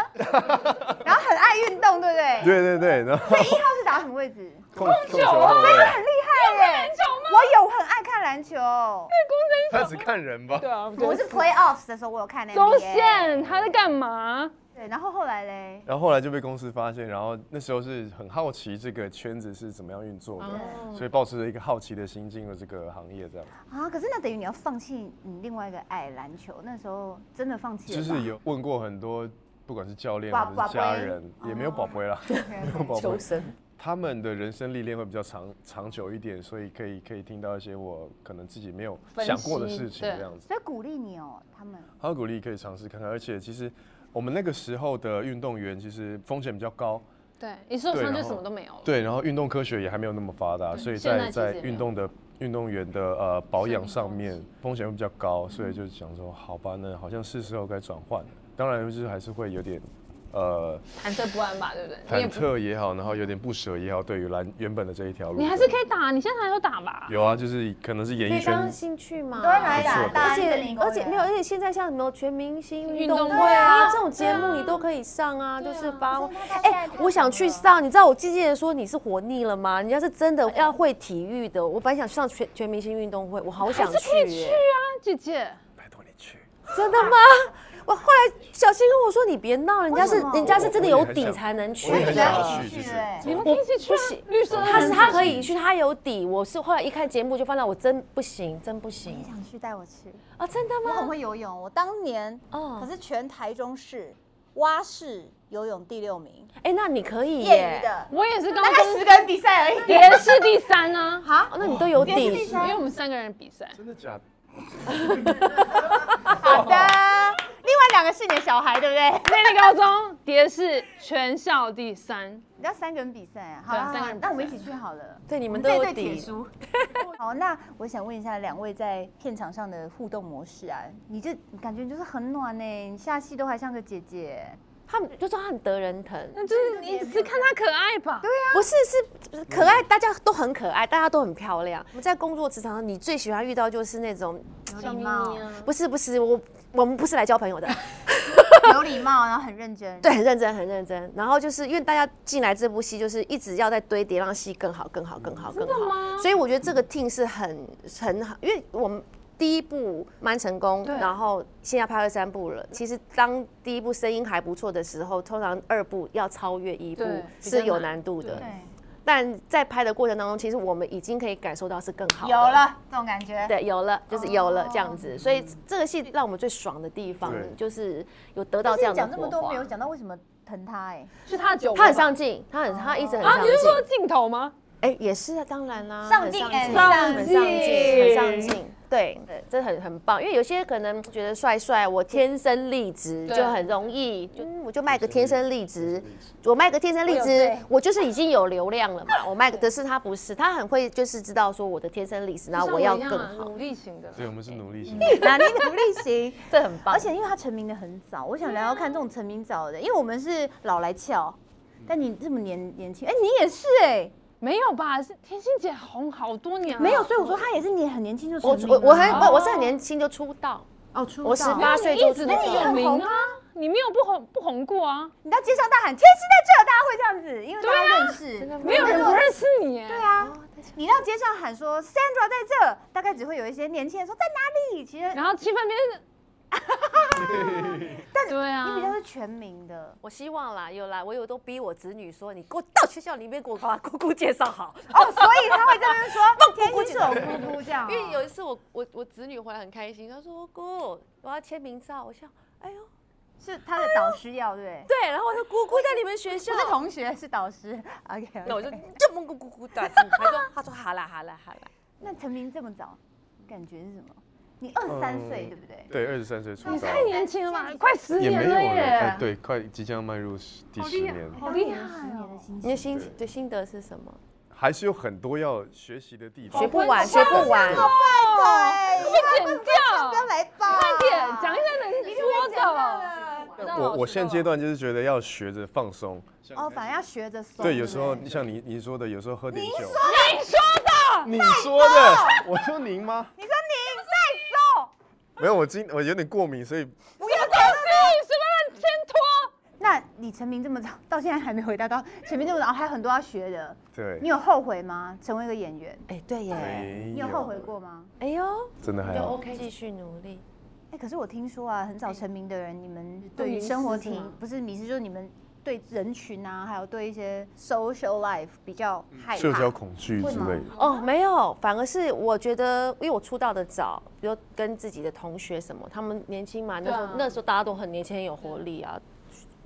[SPEAKER 7] 然后很爱运动，对不对？
[SPEAKER 6] 对对对，然后
[SPEAKER 7] 所以一号是打什么位置？
[SPEAKER 6] 控球后卫，
[SPEAKER 7] 很厉害耶！我有，我很爱看篮球。
[SPEAKER 6] 他只看人吧。
[SPEAKER 4] 对啊，
[SPEAKER 7] 我是 playoffs 的时候，我有看 NBA。
[SPEAKER 4] 周宪他在干嘛？
[SPEAKER 7] 对，然后后来嘞，
[SPEAKER 6] 然后后来就被公司发现，然后那时候是很好奇这个圈子是怎么样运作的，
[SPEAKER 7] 嗯
[SPEAKER 6] 所以抱持着一个好奇的心进入这个行业，这样
[SPEAKER 7] 啊，可是那等于你要放弃你另外一个爱篮球，那时候真的放弃了
[SPEAKER 6] 就
[SPEAKER 7] 吧。
[SPEAKER 6] 是有问过很多，不管是教练
[SPEAKER 7] 宝
[SPEAKER 6] 还是家
[SPEAKER 7] 宝贝哦
[SPEAKER 6] 人，也没有宝贝 啦，没有宝贝
[SPEAKER 5] 求，生，
[SPEAKER 6] 他们的人生历练会比较长长久一点，所以可以可以听到一些我可能自己没有
[SPEAKER 4] 分析
[SPEAKER 6] 想过的事情，
[SPEAKER 4] 对
[SPEAKER 6] 这样子。
[SPEAKER 7] 所以鼓励你哦，他们
[SPEAKER 6] 好鼓励可以尝试看看，而且其实我们那个时候的运动员其实风险比较高，
[SPEAKER 4] 对，一受
[SPEAKER 6] 对
[SPEAKER 4] 伤就
[SPEAKER 6] 然后
[SPEAKER 4] 什么都没有了。
[SPEAKER 6] 对，然后运动科学也还没有那么发达，
[SPEAKER 4] 对
[SPEAKER 6] 所以
[SPEAKER 4] 现在
[SPEAKER 6] 在
[SPEAKER 4] 其实也
[SPEAKER 6] 在
[SPEAKER 4] 没有
[SPEAKER 6] 运动的运动员的呃保养上
[SPEAKER 4] 生
[SPEAKER 6] 面
[SPEAKER 4] 理
[SPEAKER 6] 风险会比较高，
[SPEAKER 4] 嗯
[SPEAKER 6] 所以就想说，好吧，那好像是时候该转换了。当然就是还是会有点呃
[SPEAKER 4] 忐忑不安吧，对不对？你也
[SPEAKER 6] 忐
[SPEAKER 4] 不，
[SPEAKER 6] 忑也好，然后有点不舍也好，对于蓝原本的这一条路，
[SPEAKER 4] 你还是可以打，你现在还有打吧？
[SPEAKER 6] 有啊，就是可能是演
[SPEAKER 5] 可
[SPEAKER 6] 艺
[SPEAKER 5] 以当
[SPEAKER 6] 圈
[SPEAKER 5] 兴趣嘛。
[SPEAKER 7] 都会拿来
[SPEAKER 6] 不
[SPEAKER 7] 打
[SPEAKER 6] 错，的
[SPEAKER 7] 大
[SPEAKER 5] 而
[SPEAKER 7] 安森
[SPEAKER 5] 且
[SPEAKER 7] 林
[SPEAKER 5] 而且没有，而
[SPEAKER 7] 公园
[SPEAKER 5] 且现在像什么全明星
[SPEAKER 4] 运
[SPEAKER 5] 运
[SPEAKER 4] 动
[SPEAKER 5] 动
[SPEAKER 4] 会
[SPEAKER 5] 会
[SPEAKER 4] 啊
[SPEAKER 5] 啊这种节目，你都可以上啊，就是发挥。哎，我想去。
[SPEAKER 7] 可是他现在太
[SPEAKER 5] 上，你知道我经纪人说你是活腻了吗？人家是真
[SPEAKER 7] 哎
[SPEAKER 5] 的要会体育的，我本来想上全全明星运动会，我好想去
[SPEAKER 4] 可以去
[SPEAKER 5] 耶。
[SPEAKER 4] 啊，姐姐。
[SPEAKER 6] 拜托你去，
[SPEAKER 7] 啊
[SPEAKER 5] 真的吗？我后来小新跟我说你别闹，人家是人家是真的有底才能去
[SPEAKER 6] 我也很
[SPEAKER 7] 想
[SPEAKER 5] 的。
[SPEAKER 6] 想
[SPEAKER 7] 去
[SPEAKER 6] 去，就
[SPEAKER 7] 去
[SPEAKER 6] 是
[SPEAKER 7] 哎
[SPEAKER 4] 你们可以一起去啊，绿色的
[SPEAKER 5] 他是他可以去，他有底。我是后来一看节目就发现我真不行，真不
[SPEAKER 7] 你
[SPEAKER 5] 行
[SPEAKER 7] 想去带我去？
[SPEAKER 5] 啊！真的
[SPEAKER 7] 我很
[SPEAKER 5] 吗？
[SPEAKER 7] 会游泳，我当年，
[SPEAKER 5] 哦
[SPEAKER 7] 可是全台中市蛙式游泳第六名，
[SPEAKER 5] 哎，那你可以
[SPEAKER 7] 业余
[SPEAKER 5] 耶。
[SPEAKER 7] 的，
[SPEAKER 4] 我也是高
[SPEAKER 7] 大概十
[SPEAKER 4] 中
[SPEAKER 7] 个人比赛而已。
[SPEAKER 4] 也是第三呢，
[SPEAKER 7] 好，
[SPEAKER 5] 哦那你都有
[SPEAKER 7] 也是第
[SPEAKER 5] 底，
[SPEAKER 4] 因
[SPEAKER 7] 三
[SPEAKER 4] 为我们三个人比赛，
[SPEAKER 6] 真的假的？
[SPEAKER 7] 好的。另外两个是你的小孩，对不对？
[SPEAKER 4] 内力高中蝶是全校第三，
[SPEAKER 7] 你要三个人比赛啊，好
[SPEAKER 4] 对
[SPEAKER 7] 啊，
[SPEAKER 4] 三
[SPEAKER 7] 好
[SPEAKER 4] 个
[SPEAKER 7] 啊
[SPEAKER 4] 人比赛
[SPEAKER 7] 那我们一起去好了。
[SPEAKER 5] 对你
[SPEAKER 7] 我
[SPEAKER 5] 们
[SPEAKER 7] 们这
[SPEAKER 5] 都
[SPEAKER 7] 一对
[SPEAKER 5] 有
[SPEAKER 7] 铁
[SPEAKER 5] 底。
[SPEAKER 7] 叔。 好，那我想问一下两位在片场上的互动模式啊，你这感觉就是很暖呢、欸你下戏都还像个姐姐。
[SPEAKER 5] 他们就说他很得人疼，
[SPEAKER 4] 那就是你只是看他可爱吧？对，
[SPEAKER 5] 不是是可爱，大家都很可爱，大家都很漂亮。我们在工作职场上，你最喜欢遇到就是那种
[SPEAKER 7] 有礼貌，
[SPEAKER 4] 啊
[SPEAKER 5] 不是不是我我们不是来交朋 友的，
[SPEAKER 7] 有礼貌，然后很认真。
[SPEAKER 5] 对，很认真，很认真。然后就是因为大家进来这部戏，就是一直要在堆叠，让戏更好、更好、更好、更好。所以我觉得这个 team 是很很好，因为我们第一部蛮成功，然后现在拍二三部了。其实当第一部声音还不错的时候，通常二部要超越一部
[SPEAKER 4] 对比较
[SPEAKER 5] 是有
[SPEAKER 4] 难
[SPEAKER 5] 难度的
[SPEAKER 7] 对。，
[SPEAKER 5] 但在拍的过程当中，其实我们已经可以感受到是更好的
[SPEAKER 7] 有。了哦这种感觉。
[SPEAKER 5] 对，有了，就是有了这样子，所以这个戏让我们最爽的地方
[SPEAKER 6] 对
[SPEAKER 5] 就是有得到这
[SPEAKER 7] 但
[SPEAKER 5] 样
[SPEAKER 7] 是
[SPEAKER 5] 的
[SPEAKER 7] 讲这么
[SPEAKER 5] 火
[SPEAKER 7] 多
[SPEAKER 5] 花
[SPEAKER 7] 没有讲到为什么疼他哎、
[SPEAKER 4] 是他的酒窝吧。
[SPEAKER 5] 他很上进，他很他一直很
[SPEAKER 4] 啊，
[SPEAKER 5] 上
[SPEAKER 4] 你是说
[SPEAKER 5] 进。
[SPEAKER 4] 镜头吗？
[SPEAKER 5] 哎，也是啊，当然啦，
[SPEAKER 7] 上
[SPEAKER 5] 很
[SPEAKER 7] 进
[SPEAKER 5] 很
[SPEAKER 7] and
[SPEAKER 5] 哎上
[SPEAKER 7] 上
[SPEAKER 5] 进，很上
[SPEAKER 4] 进
[SPEAKER 5] 进。对，对，这很很棒，因为有些可能觉得帅帅，我天生丽质
[SPEAKER 4] 对
[SPEAKER 5] 就很容易，就嗯我就卖个天生丽质，我卖个天生丽
[SPEAKER 7] 我有
[SPEAKER 5] 质
[SPEAKER 7] 对，
[SPEAKER 5] 我就是已经有流量了嘛。我卖的是他不是，他很会就是知道说我的天生丽质，然后
[SPEAKER 4] 像
[SPEAKER 5] 我要
[SPEAKER 4] 一
[SPEAKER 5] 更
[SPEAKER 4] 样啊
[SPEAKER 5] 好，
[SPEAKER 4] 努力型的。
[SPEAKER 6] 对，我们是努力型。
[SPEAKER 7] 哪里努力型？
[SPEAKER 5] 这很棒。
[SPEAKER 7] 而且因为他成名的很早，我想聊聊看这种成名早的，因为我们是老来俏，但你这么年年轻，哎、你也是哎、
[SPEAKER 4] 没有吧？是甜心姐红好多年了。
[SPEAKER 7] 没有，所以我说他也是你很年轻就成
[SPEAKER 5] 我
[SPEAKER 7] 名了
[SPEAKER 5] 我我很
[SPEAKER 4] 哦
[SPEAKER 5] 不，我是很年轻就出道，
[SPEAKER 7] 哦出
[SPEAKER 5] 我
[SPEAKER 7] 道
[SPEAKER 5] 18
[SPEAKER 4] 那
[SPEAKER 5] 岁
[SPEAKER 4] 你
[SPEAKER 5] 就
[SPEAKER 4] 一
[SPEAKER 5] 出
[SPEAKER 4] 直
[SPEAKER 5] 道啊哎
[SPEAKER 4] 都
[SPEAKER 7] 那你
[SPEAKER 4] 有
[SPEAKER 7] 很
[SPEAKER 4] 名
[SPEAKER 7] 红
[SPEAKER 4] 啊，你没有不红不红过啊，
[SPEAKER 7] 你到街上大喊“天心在这”，大家会这样子，因为大家认识。
[SPEAKER 4] 没有人不认识你哎。
[SPEAKER 7] 对啊，你到街上喊说 “Sandra 在这”，大概只会有一些年轻人说在哪里，其实
[SPEAKER 4] 然后气氛变成 对啊，
[SPEAKER 7] 你比较是全民的。
[SPEAKER 5] 我希望啦，有啦，我有都逼我子女说，你给我到学校里面给我把姑姑介绍好。
[SPEAKER 7] 哦，所以他会在那边说
[SPEAKER 5] 弄
[SPEAKER 7] 天
[SPEAKER 5] 姑姑
[SPEAKER 7] 津是有姑姑这样哦，
[SPEAKER 5] 因为有一次我我我子女回来很开心，她说姑，我要签名照，我想，哎呦，
[SPEAKER 7] 是他的导师要对
[SPEAKER 4] 哎
[SPEAKER 7] 不
[SPEAKER 5] 对，然后我说姑姑在你们学校
[SPEAKER 7] 对？不，是同学，是导师。OK，,
[SPEAKER 5] 那我就就蒙古姑姑的，他说他说好啦好啦好啦，
[SPEAKER 7] 那成名这么早，感觉是什么？你二十三岁
[SPEAKER 6] 嗯
[SPEAKER 7] 对不对？
[SPEAKER 6] 对，二十三岁出道，
[SPEAKER 4] 太年轻了吧，快十
[SPEAKER 6] 也没
[SPEAKER 4] 年了
[SPEAKER 6] 有了，哎
[SPEAKER 4] 耶，
[SPEAKER 6] 对，快即将迈入十第十年，
[SPEAKER 4] 好厉害
[SPEAKER 7] 十年的
[SPEAKER 4] 哦！
[SPEAKER 7] 心
[SPEAKER 5] 你
[SPEAKER 7] 情。
[SPEAKER 5] 的心对心得是什么？
[SPEAKER 6] 还是有很多要学习的地方。
[SPEAKER 5] 学不完，学不完。
[SPEAKER 4] 哦
[SPEAKER 7] 对，
[SPEAKER 4] 会剪掉
[SPEAKER 7] 不要，来吧，
[SPEAKER 4] 快点哎讲一下能说
[SPEAKER 7] 的。
[SPEAKER 4] 的。那
[SPEAKER 6] 我
[SPEAKER 4] 老
[SPEAKER 6] 我
[SPEAKER 4] 师
[SPEAKER 6] 现
[SPEAKER 4] 了
[SPEAKER 6] 阶段就是觉得要学着放松，
[SPEAKER 7] 哦，反正要学着松。
[SPEAKER 6] 对，有时
[SPEAKER 7] 对
[SPEAKER 6] 候
[SPEAKER 7] 不对
[SPEAKER 6] 像你你说的，有时候喝点酒，
[SPEAKER 4] 你说的，
[SPEAKER 6] 你说的，我说您吗？
[SPEAKER 7] 你说您在松，
[SPEAKER 6] 没有，我今我有点过敏，所以
[SPEAKER 7] 不要
[SPEAKER 4] 东西什么人牵拖？
[SPEAKER 7] 那你成名这么早，到现在还没回答到成名这么早，还有很多要学的。
[SPEAKER 6] 对
[SPEAKER 7] 你，有后悔吗？成为一个演员，
[SPEAKER 5] 哎，对耶，
[SPEAKER 6] 没
[SPEAKER 7] 你有后悔？过吗？
[SPEAKER 5] 哎呦，
[SPEAKER 6] 真的还
[SPEAKER 5] 就
[SPEAKER 6] 嗯好，
[SPEAKER 5] OK，继续努力。
[SPEAKER 7] 哎，可是我听说啊，很早成名的人，你们对于
[SPEAKER 4] 迷
[SPEAKER 7] 生活
[SPEAKER 4] 失是
[SPEAKER 7] 体
[SPEAKER 4] 吗
[SPEAKER 7] 不是迷失，就是你们对人群啊，还有对一些 social life 比较害
[SPEAKER 6] 社交
[SPEAKER 7] 怕。
[SPEAKER 6] 恐惧之类的，
[SPEAKER 5] 哦，没有，反而是我觉得，因为我出道的早，比如跟自己的同学什么，他们年轻嘛，那时候、
[SPEAKER 4] 对啊
[SPEAKER 5] 那时候大家都很年轻，很有活力啊，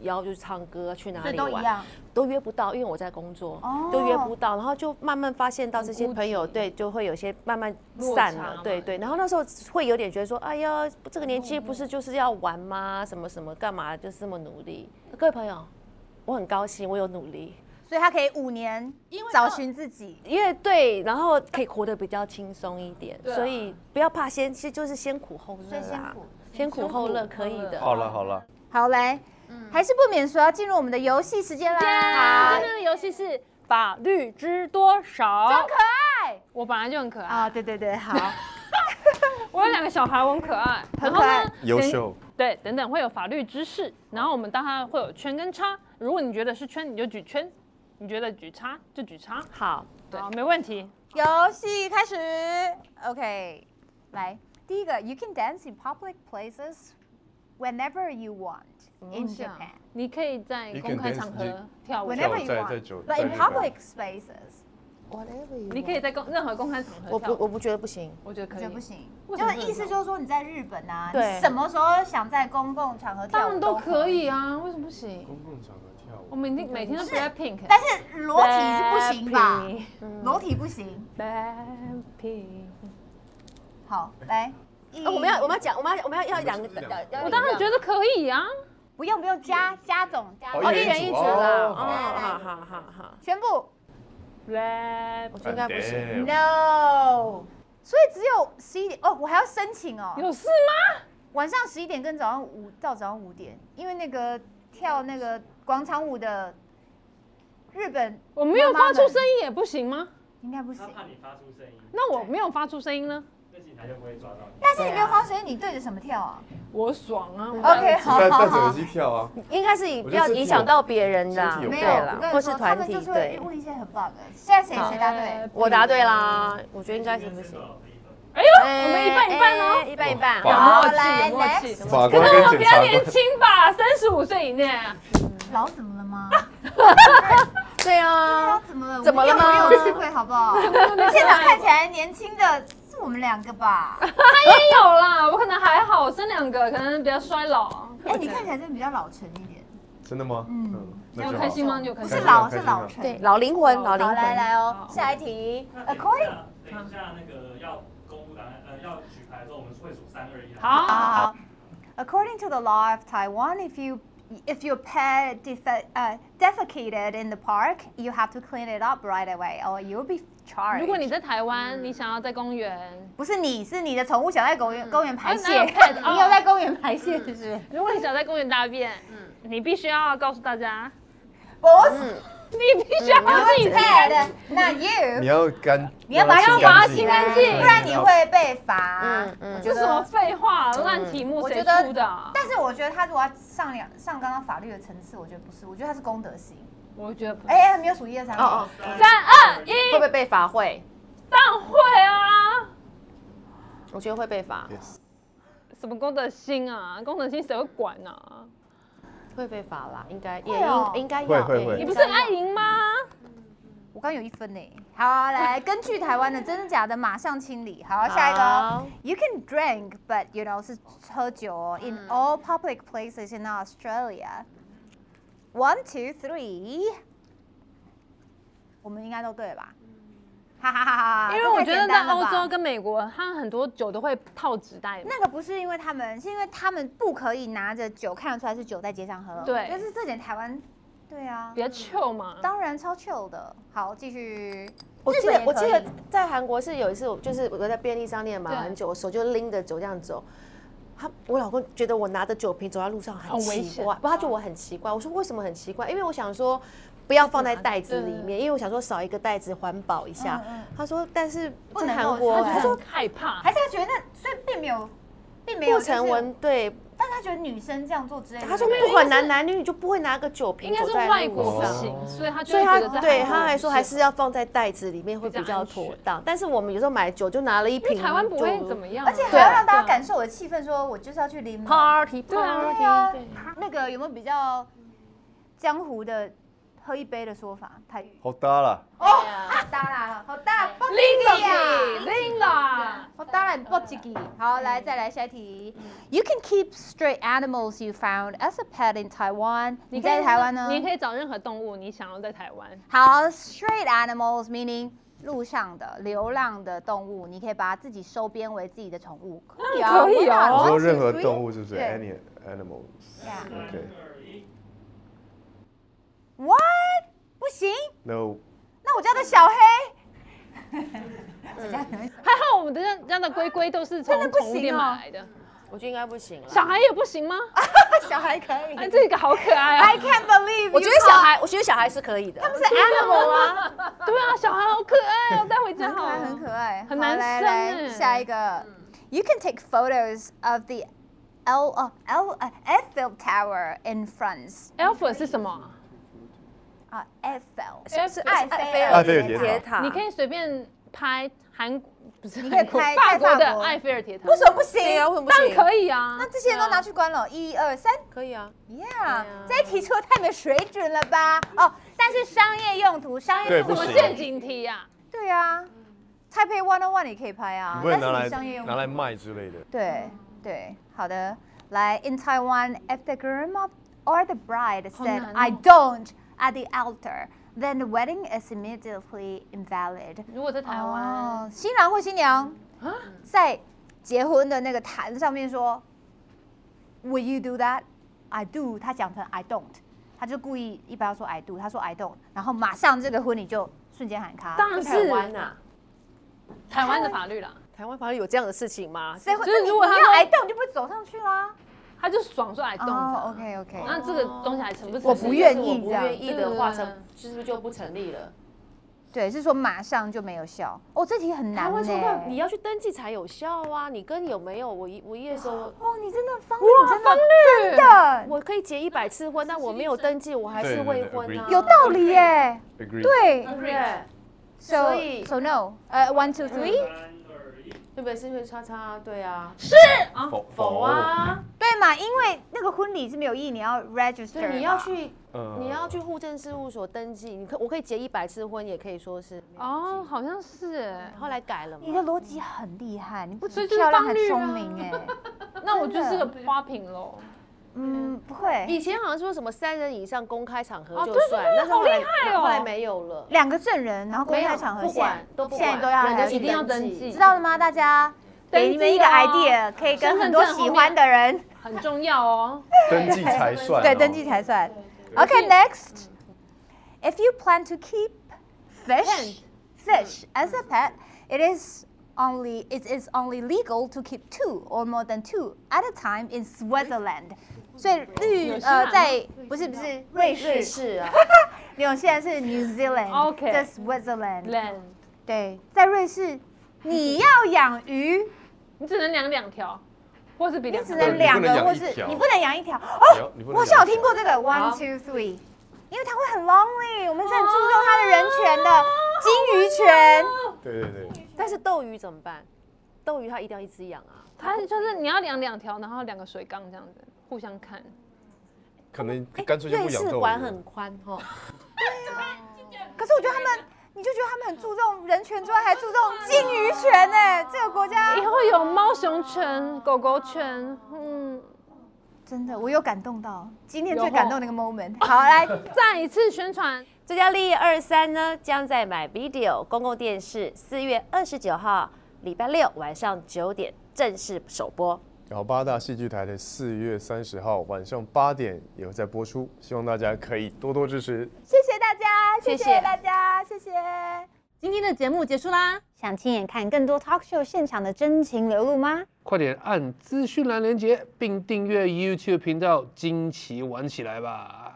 [SPEAKER 5] 然后就唱歌，啊去哪
[SPEAKER 7] 所以
[SPEAKER 5] 里
[SPEAKER 7] 都
[SPEAKER 5] 玩，
[SPEAKER 7] 一
[SPEAKER 4] 啊
[SPEAKER 7] 样，
[SPEAKER 5] 都约不到，因为我在工作，
[SPEAKER 7] 哦
[SPEAKER 5] 都约不到，然后就慢慢发现到这些
[SPEAKER 4] 孤
[SPEAKER 5] 朋友，
[SPEAKER 4] 寂
[SPEAKER 5] 对，就会有些慢慢
[SPEAKER 4] 落
[SPEAKER 5] 散
[SPEAKER 4] 差
[SPEAKER 5] 了
[SPEAKER 4] 嘛，
[SPEAKER 5] 对对。然后那时候会有点觉得说，哎呀，这个年纪不是就是要玩吗？什么什么干嘛，就是这么努力。各位朋友，我很高兴，我有努力。
[SPEAKER 7] 所以他可以五年找寻自己。
[SPEAKER 5] 乐队，然后可以活得比较轻松一点，
[SPEAKER 4] 对啊
[SPEAKER 5] 所以不要怕先，其实就是先苦后乐
[SPEAKER 7] 先
[SPEAKER 5] 啦
[SPEAKER 7] 苦，
[SPEAKER 5] 先苦后乐可以的。
[SPEAKER 6] 好了好了，
[SPEAKER 7] 好嘞，
[SPEAKER 4] 嗯
[SPEAKER 7] 还是不免说要进入我们的游戏时间啦。
[SPEAKER 4] 今天的游戏是法律知多少
[SPEAKER 7] 好，可爱
[SPEAKER 4] 我本来就很可爱，
[SPEAKER 7] 啊！对对对， 好，
[SPEAKER 4] 我有两个小孩，我很可爱，
[SPEAKER 7] 很
[SPEAKER 4] 然
[SPEAKER 7] 可
[SPEAKER 4] 后
[SPEAKER 7] 爱
[SPEAKER 4] 呢，
[SPEAKER 6] 优
[SPEAKER 4] 等
[SPEAKER 6] 秀，
[SPEAKER 4] 对，等等会有法律知识，然后我们当然会有圈跟叉，如果你觉得是圈，你就举圈；你觉得举叉就举叉，
[SPEAKER 5] 好，
[SPEAKER 4] 好，没问题。
[SPEAKER 7] 游戏开始。OK，来第一个，You can dance in public places whenever you want in
[SPEAKER 4] 是啊
[SPEAKER 7] Japan.
[SPEAKER 4] 你可以在
[SPEAKER 6] You
[SPEAKER 4] 公
[SPEAKER 6] can
[SPEAKER 4] 开场
[SPEAKER 6] dance,
[SPEAKER 4] 合跳舞，
[SPEAKER 7] Whenever
[SPEAKER 6] 在
[SPEAKER 7] you
[SPEAKER 6] 在
[SPEAKER 7] want,
[SPEAKER 6] 酒
[SPEAKER 7] but
[SPEAKER 6] 在
[SPEAKER 7] in
[SPEAKER 6] 日本
[SPEAKER 7] public spaces，
[SPEAKER 4] 你可以在公任何公开场合
[SPEAKER 5] 我
[SPEAKER 4] 跳
[SPEAKER 5] 不，我
[SPEAKER 4] 舞，
[SPEAKER 5] 不觉得不行。
[SPEAKER 4] 我觉得可
[SPEAKER 7] 这
[SPEAKER 4] 以
[SPEAKER 7] 不。行。
[SPEAKER 4] 为什
[SPEAKER 7] 就
[SPEAKER 4] 么
[SPEAKER 7] 是意思就是说你在日本啊，
[SPEAKER 5] 对
[SPEAKER 7] 你什么时候想在公共场合跳
[SPEAKER 4] 当
[SPEAKER 7] 舞
[SPEAKER 4] 然都可。以啊，为什么不行？
[SPEAKER 6] 公共场合跳
[SPEAKER 4] 我
[SPEAKER 6] 舞，
[SPEAKER 4] 们每天每天都 Blackpink，
[SPEAKER 7] 但是裸体是不行吧？裸体不行。
[SPEAKER 4] ？Blackpink，
[SPEAKER 7] 好，来，一
[SPEAKER 5] 哦我们要我们要讲，我们要我们要要两个，
[SPEAKER 4] 我当然觉得可以啊。
[SPEAKER 7] 不用不用加加总加
[SPEAKER 6] 哦
[SPEAKER 7] 总
[SPEAKER 6] 一人一组
[SPEAKER 5] 了。
[SPEAKER 6] 哦
[SPEAKER 5] 哦，好好好好，
[SPEAKER 7] 全部
[SPEAKER 4] Black
[SPEAKER 5] 我觉得应该不行。
[SPEAKER 7] no。所以只有十一点哦，我还要申请哦。
[SPEAKER 4] 有事吗？
[SPEAKER 7] 晚上十一点跟早上五到早上五点，因为那个跳那个广场舞的日本
[SPEAKER 4] 我没有
[SPEAKER 7] 妈妈
[SPEAKER 4] 发
[SPEAKER 7] 们
[SPEAKER 4] 出声音也不行吗？
[SPEAKER 7] 应该不行
[SPEAKER 3] 他。怕你发出声音，
[SPEAKER 4] 那我没有发出声音呢？
[SPEAKER 3] 那警察就不会抓到你。
[SPEAKER 7] 但是你没有发现你对着什么跳啊
[SPEAKER 4] 我爽啊！
[SPEAKER 7] ？OK，好
[SPEAKER 6] 戴
[SPEAKER 7] 好
[SPEAKER 6] 戴着耳
[SPEAKER 7] 好，
[SPEAKER 6] 机跳啊，
[SPEAKER 5] 应该是不要影响到别人啦，
[SPEAKER 6] 身体有
[SPEAKER 7] 没
[SPEAKER 5] 对
[SPEAKER 7] 有，我
[SPEAKER 6] 对
[SPEAKER 5] 啦
[SPEAKER 7] 跟，你
[SPEAKER 5] 或
[SPEAKER 7] 说他
[SPEAKER 5] 是团
[SPEAKER 7] 们
[SPEAKER 5] 体
[SPEAKER 7] 就是会
[SPEAKER 5] 对。
[SPEAKER 7] 问一些很 bug 的。现在谁谁答对？
[SPEAKER 5] 我答对啦，我觉得应该是不行。
[SPEAKER 4] 哎呦，我们一半一半
[SPEAKER 5] 哎，
[SPEAKER 4] 哦。
[SPEAKER 5] 一半一半。
[SPEAKER 6] 哇
[SPEAKER 7] 好
[SPEAKER 4] 默契，
[SPEAKER 7] 来
[SPEAKER 4] 有默契。
[SPEAKER 6] 法
[SPEAKER 4] 可
[SPEAKER 6] 官
[SPEAKER 4] 是
[SPEAKER 6] 跟
[SPEAKER 4] 我
[SPEAKER 6] 检
[SPEAKER 4] 比较
[SPEAKER 6] 察官
[SPEAKER 4] 年。 轻吧，三十五岁以内啊。
[SPEAKER 7] 老怎么了吗？
[SPEAKER 5] 对啊，
[SPEAKER 7] 怎么了？
[SPEAKER 5] 怎么了
[SPEAKER 7] 我
[SPEAKER 5] 吗
[SPEAKER 7] 们要很有智慧好不好？ 现场看起来年轻的是我们两个 吧？
[SPEAKER 4] 他也有啦，我可能还好，我生两个可能比较衰老。
[SPEAKER 7] 哎，你看起来真的比较老成一点，
[SPEAKER 6] 真的吗？嗯，那
[SPEAKER 4] 有
[SPEAKER 6] 就
[SPEAKER 4] 开心
[SPEAKER 6] 好
[SPEAKER 4] 吗？你有开
[SPEAKER 7] 不
[SPEAKER 4] 心
[SPEAKER 7] 是
[SPEAKER 6] 开
[SPEAKER 4] 吗？
[SPEAKER 6] 心
[SPEAKER 7] 老
[SPEAKER 6] 啊
[SPEAKER 7] 是
[SPEAKER 6] 开心啊
[SPEAKER 7] 老成。
[SPEAKER 5] 对，老灵魂，老灵
[SPEAKER 7] 好，
[SPEAKER 5] 魂。
[SPEAKER 7] 来来哦，
[SPEAKER 4] 好
[SPEAKER 7] 下一题
[SPEAKER 3] 那等一
[SPEAKER 7] ，According。
[SPEAKER 3] 下，等一下那个要公布答案，呃，要举牌的时候，我们会数三二一。啊
[SPEAKER 4] 好
[SPEAKER 7] 好 Uh, According to the law of Taiwan, if you if your pet defe- uh, defecated in the park, you have to clean it up right away, or you'll be charged.
[SPEAKER 4] 如果你在台湾，你想要在公园，
[SPEAKER 7] 不是你是你的宠物想在公园公园排
[SPEAKER 4] 哪
[SPEAKER 7] 泄，
[SPEAKER 5] Oh,
[SPEAKER 4] 有 pet？哦
[SPEAKER 7] 你有在公园排泄是不是？
[SPEAKER 4] 如果你想在公园大便，你必须要告诉大家，
[SPEAKER 7] 不是
[SPEAKER 4] 你必须要自己
[SPEAKER 7] pet，那
[SPEAKER 6] 你
[SPEAKER 7] you
[SPEAKER 6] 要干，
[SPEAKER 7] 你要把
[SPEAKER 6] 清
[SPEAKER 7] 要
[SPEAKER 6] 干
[SPEAKER 4] 把它
[SPEAKER 6] 净
[SPEAKER 4] 清啊干净
[SPEAKER 7] 不然你会被罚
[SPEAKER 5] 嗯。嗯
[SPEAKER 7] 我觉
[SPEAKER 4] 这什么
[SPEAKER 7] 得，
[SPEAKER 4] 废话，烂题目
[SPEAKER 7] 我觉
[SPEAKER 4] 谁
[SPEAKER 7] 得
[SPEAKER 4] 出的啊？
[SPEAKER 7] 但是我觉得他如果要上两上刚刚法律的层次，我觉得不是，我觉得他是公德心。
[SPEAKER 4] 我觉得不
[SPEAKER 7] 哎，哎没有数一二三。
[SPEAKER 5] 哦哦，
[SPEAKER 4] 三二一，
[SPEAKER 5] 会不会被罚会？
[SPEAKER 4] 当然会啊！
[SPEAKER 5] 我觉得会被罚。
[SPEAKER 6] Yes
[SPEAKER 4] 什么公德心啊？公德心谁会管啊？
[SPEAKER 5] 会被罚啦，应该也
[SPEAKER 7] 会哦
[SPEAKER 5] 应应该要，
[SPEAKER 6] 会会会
[SPEAKER 5] 也
[SPEAKER 4] 你
[SPEAKER 5] 应
[SPEAKER 4] 不是
[SPEAKER 5] 该要
[SPEAKER 4] 爱赢吗？
[SPEAKER 7] 我刚有一分呢。好啊，来，根据台湾的真的假的，马上清理。好，下一个哦
[SPEAKER 5] 好。
[SPEAKER 7] You can drink, but you know 是喝酒哦。In
[SPEAKER 4] 嗯
[SPEAKER 7] all public places in Australia. One, two, three. 我们应该都对了吧？哈哈哈哈！
[SPEAKER 4] 因为我
[SPEAKER 7] 啊这太
[SPEAKER 4] 觉得
[SPEAKER 7] 简
[SPEAKER 4] 在
[SPEAKER 7] 单了
[SPEAKER 4] 欧
[SPEAKER 7] 吧
[SPEAKER 4] 洲跟美国，他很多酒都会套纸袋嘛。
[SPEAKER 7] 那个不是因为他们，是因为他们不可以拿着酒看得出来是酒在街上喝。哦
[SPEAKER 4] 对
[SPEAKER 7] 就是这点台湾，对啊
[SPEAKER 4] 比，较 chill 嘛。
[SPEAKER 7] 当然超 chill 的。好，继续。
[SPEAKER 5] 我记
[SPEAKER 7] 日本
[SPEAKER 5] 得
[SPEAKER 7] 也
[SPEAKER 5] 我记
[SPEAKER 7] 可以
[SPEAKER 5] 得在韩国是有一次，我就是我在便利商店买
[SPEAKER 4] 对
[SPEAKER 5] 完酒，我手就拎着酒这样走。他我老公觉得我拿着酒瓶走在路上很
[SPEAKER 4] 很危
[SPEAKER 5] 奇
[SPEAKER 4] 险嗯
[SPEAKER 5] 怪，不，他觉得我很奇怪。我说为什么很奇怪？因为我想说不要放在袋子里
[SPEAKER 4] 对对
[SPEAKER 5] 面，因为我想说少一个袋子环保一下
[SPEAKER 7] 嗯嗯。
[SPEAKER 5] 他说但是
[SPEAKER 7] 不
[SPEAKER 5] 在
[SPEAKER 7] 能够
[SPEAKER 5] 韩
[SPEAKER 7] 我
[SPEAKER 5] 国，
[SPEAKER 4] 哦他
[SPEAKER 5] 他
[SPEAKER 4] 就
[SPEAKER 5] 说
[SPEAKER 4] 很害怕，
[SPEAKER 7] 还是他觉得那，所以并没有，并没有、
[SPEAKER 5] 不
[SPEAKER 7] 就是
[SPEAKER 5] 成文，对，
[SPEAKER 7] 但他觉得女生这样做
[SPEAKER 4] 哎
[SPEAKER 7] 之类的，
[SPEAKER 5] 他说不管男男女女就不会拿个酒瓶
[SPEAKER 4] 应该
[SPEAKER 5] 走
[SPEAKER 4] 是
[SPEAKER 5] 在
[SPEAKER 4] 外
[SPEAKER 5] 路
[SPEAKER 4] 国不
[SPEAKER 5] 上
[SPEAKER 4] 行，所以他就
[SPEAKER 5] 所以
[SPEAKER 4] 会
[SPEAKER 5] 他
[SPEAKER 4] 觉得在
[SPEAKER 5] 对
[SPEAKER 4] 韩国
[SPEAKER 5] 他还说还
[SPEAKER 4] 不适
[SPEAKER 5] 是要放在袋子里面会
[SPEAKER 4] 比较
[SPEAKER 5] 比较
[SPEAKER 4] 安全
[SPEAKER 5] 妥当。但是我们有时候买酒就拿了一
[SPEAKER 4] 合因
[SPEAKER 5] 瓶，
[SPEAKER 4] 为台湾不会
[SPEAKER 5] 就
[SPEAKER 4] 怎么样啊，
[SPEAKER 7] 而且还要让大家
[SPEAKER 4] 对啊
[SPEAKER 7] 感受我的气氛，说我就是要去淋
[SPEAKER 5] party
[SPEAKER 4] 对啊
[SPEAKER 5] party
[SPEAKER 7] 对啊
[SPEAKER 5] 对，
[SPEAKER 7] 那个有没有比较江湖的喝一杯的说法？台语
[SPEAKER 6] 好搭啦，
[SPEAKER 7] 好大啦，好大，蹦迪
[SPEAKER 4] 拎
[SPEAKER 7] 呀！
[SPEAKER 4] 了拎了，
[SPEAKER 7] 我当然不自己。好，来再来下一题。You can keep stray animals you found as a pet in Taiwan。你
[SPEAKER 4] 可以
[SPEAKER 7] 在台湾呢？
[SPEAKER 4] 你可以找任何动物你想要在台湾，
[SPEAKER 7] 好，stray animals meaning 路上的流浪的动物，你可以把它自己收编为自己的宠物。可以啊
[SPEAKER 4] 可以哦
[SPEAKER 6] 你说任何动
[SPEAKER 7] 物。
[SPEAKER 6] 物是不是
[SPEAKER 7] 对
[SPEAKER 6] any animals？OK，
[SPEAKER 7] Yeah.
[SPEAKER 3] 二一，
[SPEAKER 7] What？不行，
[SPEAKER 6] no，
[SPEAKER 7] 那我家的小黑。
[SPEAKER 4] 还好我们的家的龟龟都是从
[SPEAKER 7] 真的不行
[SPEAKER 4] 宠物店
[SPEAKER 7] 哦哎
[SPEAKER 4] 买来的，
[SPEAKER 5] 我觉得应该不行了。啊
[SPEAKER 4] 小孩也不行吗？
[SPEAKER 7] 小孩可以
[SPEAKER 4] 哎，这个好可爱啊
[SPEAKER 7] I！can't believe you
[SPEAKER 5] 我觉得小孩，我觉得小孩是可以的。
[SPEAKER 7] call- 是 animal 啊，
[SPEAKER 4] 对啊，小孩好可爱哦，带回家
[SPEAKER 7] 很可
[SPEAKER 4] 好
[SPEAKER 7] 爱，啊很可爱，
[SPEAKER 4] 很
[SPEAKER 7] 好
[SPEAKER 4] 难
[SPEAKER 7] 来
[SPEAKER 4] 生
[SPEAKER 7] 来
[SPEAKER 4] 哎
[SPEAKER 7] 下一个，You can take photos of the L 哦 L 呃 Eiffel Tower in France
[SPEAKER 4] Alpha 是什么啊？
[SPEAKER 7] 啊 Eiffel
[SPEAKER 4] 是
[SPEAKER 5] 是
[SPEAKER 7] 埃菲
[SPEAKER 6] 埃菲尔
[SPEAKER 7] 铁塔
[SPEAKER 6] 啊铁塔
[SPEAKER 5] 铁塔，
[SPEAKER 4] 你可以随便拍韩国，不是
[SPEAKER 7] 你可以
[SPEAKER 4] 韩国
[SPEAKER 7] 拍
[SPEAKER 4] 法
[SPEAKER 7] 拍法
[SPEAKER 4] 国的
[SPEAKER 7] 国
[SPEAKER 4] 埃菲尔铁塔，
[SPEAKER 7] 为什么不行？
[SPEAKER 5] 对啊，为什么不
[SPEAKER 4] 当然
[SPEAKER 5] 行？
[SPEAKER 4] 可以啊。
[SPEAKER 7] 那这些都拿去关了，一二三
[SPEAKER 5] 可以啊，
[SPEAKER 7] ，Yeah，
[SPEAKER 5] 对啊
[SPEAKER 7] 这一题出的太没水准了吧？哦，但是商业用途，商业
[SPEAKER 6] 对
[SPEAKER 7] 用
[SPEAKER 6] 不
[SPEAKER 7] 途
[SPEAKER 4] 什么
[SPEAKER 6] 行
[SPEAKER 4] 陷阱题呀、
[SPEAKER 7] 对啊，台北 One on One 也可以拍啊
[SPEAKER 6] 你，不能
[SPEAKER 7] 但
[SPEAKER 6] 拿
[SPEAKER 7] 是你
[SPEAKER 6] 来
[SPEAKER 7] 商业用途
[SPEAKER 6] 拿来卖之类的。
[SPEAKER 7] 对对，好的。来，In Taiwan, if the groom of- or the bride
[SPEAKER 4] 好
[SPEAKER 7] said
[SPEAKER 4] 难哦
[SPEAKER 7] "I don't" at the altar, then the wedding is immediately invalid。
[SPEAKER 4] 如果在台湾，
[SPEAKER 7] 哦，新郎或新娘
[SPEAKER 4] 啊
[SPEAKER 7] 在结婚的那个坛上面说，Will you do that? I do。他讲成 I don't，他就故意一般要说 I do，他说 I don't，然后马上这个婚礼就瞬间喊卡。
[SPEAKER 4] 当然
[SPEAKER 5] 台
[SPEAKER 4] 是
[SPEAKER 5] 湾啊呐，
[SPEAKER 4] 台湾的法律啦，
[SPEAKER 5] 台湾法律有这样的事情吗？
[SPEAKER 7] 谁会？
[SPEAKER 4] 就是
[SPEAKER 7] 那你
[SPEAKER 4] 如果
[SPEAKER 7] 你
[SPEAKER 4] 他
[SPEAKER 7] 要
[SPEAKER 4] 说
[SPEAKER 7] I don't 就不会走上去啦。
[SPEAKER 4] 他就爽说来动
[SPEAKER 7] 哦
[SPEAKER 4] 他。
[SPEAKER 7] ，OK OK。
[SPEAKER 4] 那这个东西还成不成立？
[SPEAKER 7] 我不愿意
[SPEAKER 5] 我不愿意
[SPEAKER 4] 这样
[SPEAKER 5] 的话，
[SPEAKER 4] 对
[SPEAKER 5] 成是不是就不成立了？
[SPEAKER 7] 对，是说马上就没有效。哦，这题很
[SPEAKER 5] 台
[SPEAKER 7] 难
[SPEAKER 5] 湾说到你
[SPEAKER 7] 呢。
[SPEAKER 5] 要去登记才有效啊，你跟有没有我一我一夜说，
[SPEAKER 7] 哦，你真的方律，你真的真的
[SPEAKER 5] 我可以结一百次婚，但我没有登记，我还是
[SPEAKER 6] 对对对
[SPEAKER 5] 未婚啊。
[SPEAKER 6] agree
[SPEAKER 7] 有道理耶。
[SPEAKER 6] Agree，
[SPEAKER 7] 对啊
[SPEAKER 4] 嗯
[SPEAKER 5] 对不对？
[SPEAKER 7] ，so
[SPEAKER 5] 所以
[SPEAKER 7] so no，呃，one two three，
[SPEAKER 3] 三二一，
[SPEAKER 5] 对不对？是因为叉叉，对啊，
[SPEAKER 6] 否
[SPEAKER 5] 否，啊，
[SPEAKER 7] 对嘛？因为那个婚礼是没有意义，你要 register，
[SPEAKER 5] 对，你要去
[SPEAKER 6] 嗯
[SPEAKER 5] 你要去户政事务所登记，你可我可以结一百次婚，也可以说是
[SPEAKER 4] 哦，好像是哎。
[SPEAKER 5] 后来改了嘛
[SPEAKER 7] 你。的逻辑很厉害，你不
[SPEAKER 4] 所
[SPEAKER 7] 只
[SPEAKER 4] 以就是
[SPEAKER 7] 漂亮，
[SPEAKER 4] 方
[SPEAKER 7] 还
[SPEAKER 4] 律
[SPEAKER 7] 聪
[SPEAKER 4] 啊
[SPEAKER 7] 明哎。
[SPEAKER 4] 那我就是个花瓶喽。
[SPEAKER 7] 嗯，不会，
[SPEAKER 5] 以前好像说什么三人以上公开场合
[SPEAKER 4] 哦
[SPEAKER 5] 就
[SPEAKER 4] 对对
[SPEAKER 5] 算，
[SPEAKER 4] 对
[SPEAKER 5] 但是后来
[SPEAKER 4] 好厉害哦
[SPEAKER 5] 后来没有了，
[SPEAKER 7] 两个证人，然后公
[SPEAKER 5] 没
[SPEAKER 7] 开
[SPEAKER 5] 有
[SPEAKER 7] 场合
[SPEAKER 5] 不
[SPEAKER 7] 现在
[SPEAKER 5] 管都不
[SPEAKER 7] 现在
[SPEAKER 5] 管，
[SPEAKER 7] 都要
[SPEAKER 5] 人
[SPEAKER 7] 还
[SPEAKER 5] 都
[SPEAKER 7] 要
[SPEAKER 5] 去
[SPEAKER 4] 一定要
[SPEAKER 5] 登
[SPEAKER 4] 登记
[SPEAKER 7] 知道了吗？大家给你们一个
[SPEAKER 4] 登记哦
[SPEAKER 7] idea，可以跟
[SPEAKER 4] 身
[SPEAKER 7] 很
[SPEAKER 4] 份
[SPEAKER 7] 多
[SPEAKER 4] 证
[SPEAKER 7] 喜
[SPEAKER 4] 后
[SPEAKER 7] 欢
[SPEAKER 4] 面
[SPEAKER 7] 的人
[SPEAKER 4] 很重要哦，
[SPEAKER 6] 登记才算哦，
[SPEAKER 7] 对，登记才算。
[SPEAKER 6] 对
[SPEAKER 7] Okay, next. If you plan to keep fish, fish as a pet, it is only it is only legal to keep two or more than two at a time in Switzerland. 所以绿
[SPEAKER 4] 纽西
[SPEAKER 7] 呃
[SPEAKER 4] 兰
[SPEAKER 7] 在不是不是瑞
[SPEAKER 5] 瑞
[SPEAKER 7] 士，
[SPEAKER 5] 士啊，
[SPEAKER 7] 纽西兰是 New Zealand，
[SPEAKER 4] OK
[SPEAKER 7] 在 Switzerland。
[SPEAKER 4] 人
[SPEAKER 7] 对，在瑞士你要养鱼，
[SPEAKER 4] 你只能养两条，或是比
[SPEAKER 7] 你
[SPEAKER 4] 两
[SPEAKER 7] 只
[SPEAKER 4] 条
[SPEAKER 7] 能两个，
[SPEAKER 6] 对你不能养
[SPEAKER 7] 或
[SPEAKER 6] 一
[SPEAKER 7] 是
[SPEAKER 6] 条
[SPEAKER 7] 你不能养一条。
[SPEAKER 6] 你
[SPEAKER 7] 哦
[SPEAKER 6] 要你不，
[SPEAKER 7] 我
[SPEAKER 6] 能
[SPEAKER 7] 好像有
[SPEAKER 6] 养一条
[SPEAKER 7] 听过这个 one
[SPEAKER 5] 好
[SPEAKER 7] two three，因为它会很 lonely，我们
[SPEAKER 4] 哦
[SPEAKER 7] 是很注重它的人权的，金鱼权。
[SPEAKER 6] 对对对，
[SPEAKER 5] 但是斗鱼怎么办？斗鱼它一定要一只养啊，
[SPEAKER 4] 它就是你要养两条，然后两个水缸这样子互相看。
[SPEAKER 6] 可能
[SPEAKER 7] 哎
[SPEAKER 6] 干脆就
[SPEAKER 5] 瑞
[SPEAKER 6] 不养
[SPEAKER 5] 士
[SPEAKER 6] 斗鱼
[SPEAKER 5] 管
[SPEAKER 6] 了
[SPEAKER 5] 很宽哈，
[SPEAKER 7] 可是我觉得他们，你就觉得他们很注重人权之外，还注重鲸鱼权呢、这个国家
[SPEAKER 4] 以后有猫熊犬、狗狗犬，嗯，
[SPEAKER 7] 真的，我有感动到，今天
[SPEAKER 4] 有
[SPEAKER 7] 最感
[SPEAKER 4] 吼
[SPEAKER 7] 动的一个 moment。好， 来，
[SPEAKER 4] 再一次宣传。
[SPEAKER 5] 最佳利益二三呢，将在 My Video 公共电视四月二十九号礼拜六晚上九点正式首播。
[SPEAKER 6] 然后八大戏剧台的四月三十号晚上八点也会在播出，希望大家可以多多支持。
[SPEAKER 7] 谢谢大家，谢
[SPEAKER 5] 谢谢
[SPEAKER 7] 谢大家，谢谢。
[SPEAKER 4] 今天的节目结束啦。
[SPEAKER 2] 想亲眼看更多 talk show 现场的真情流露吗？
[SPEAKER 1] 快点按资讯栏连接，并订阅 YouTube 频道，惊奇玩起来吧！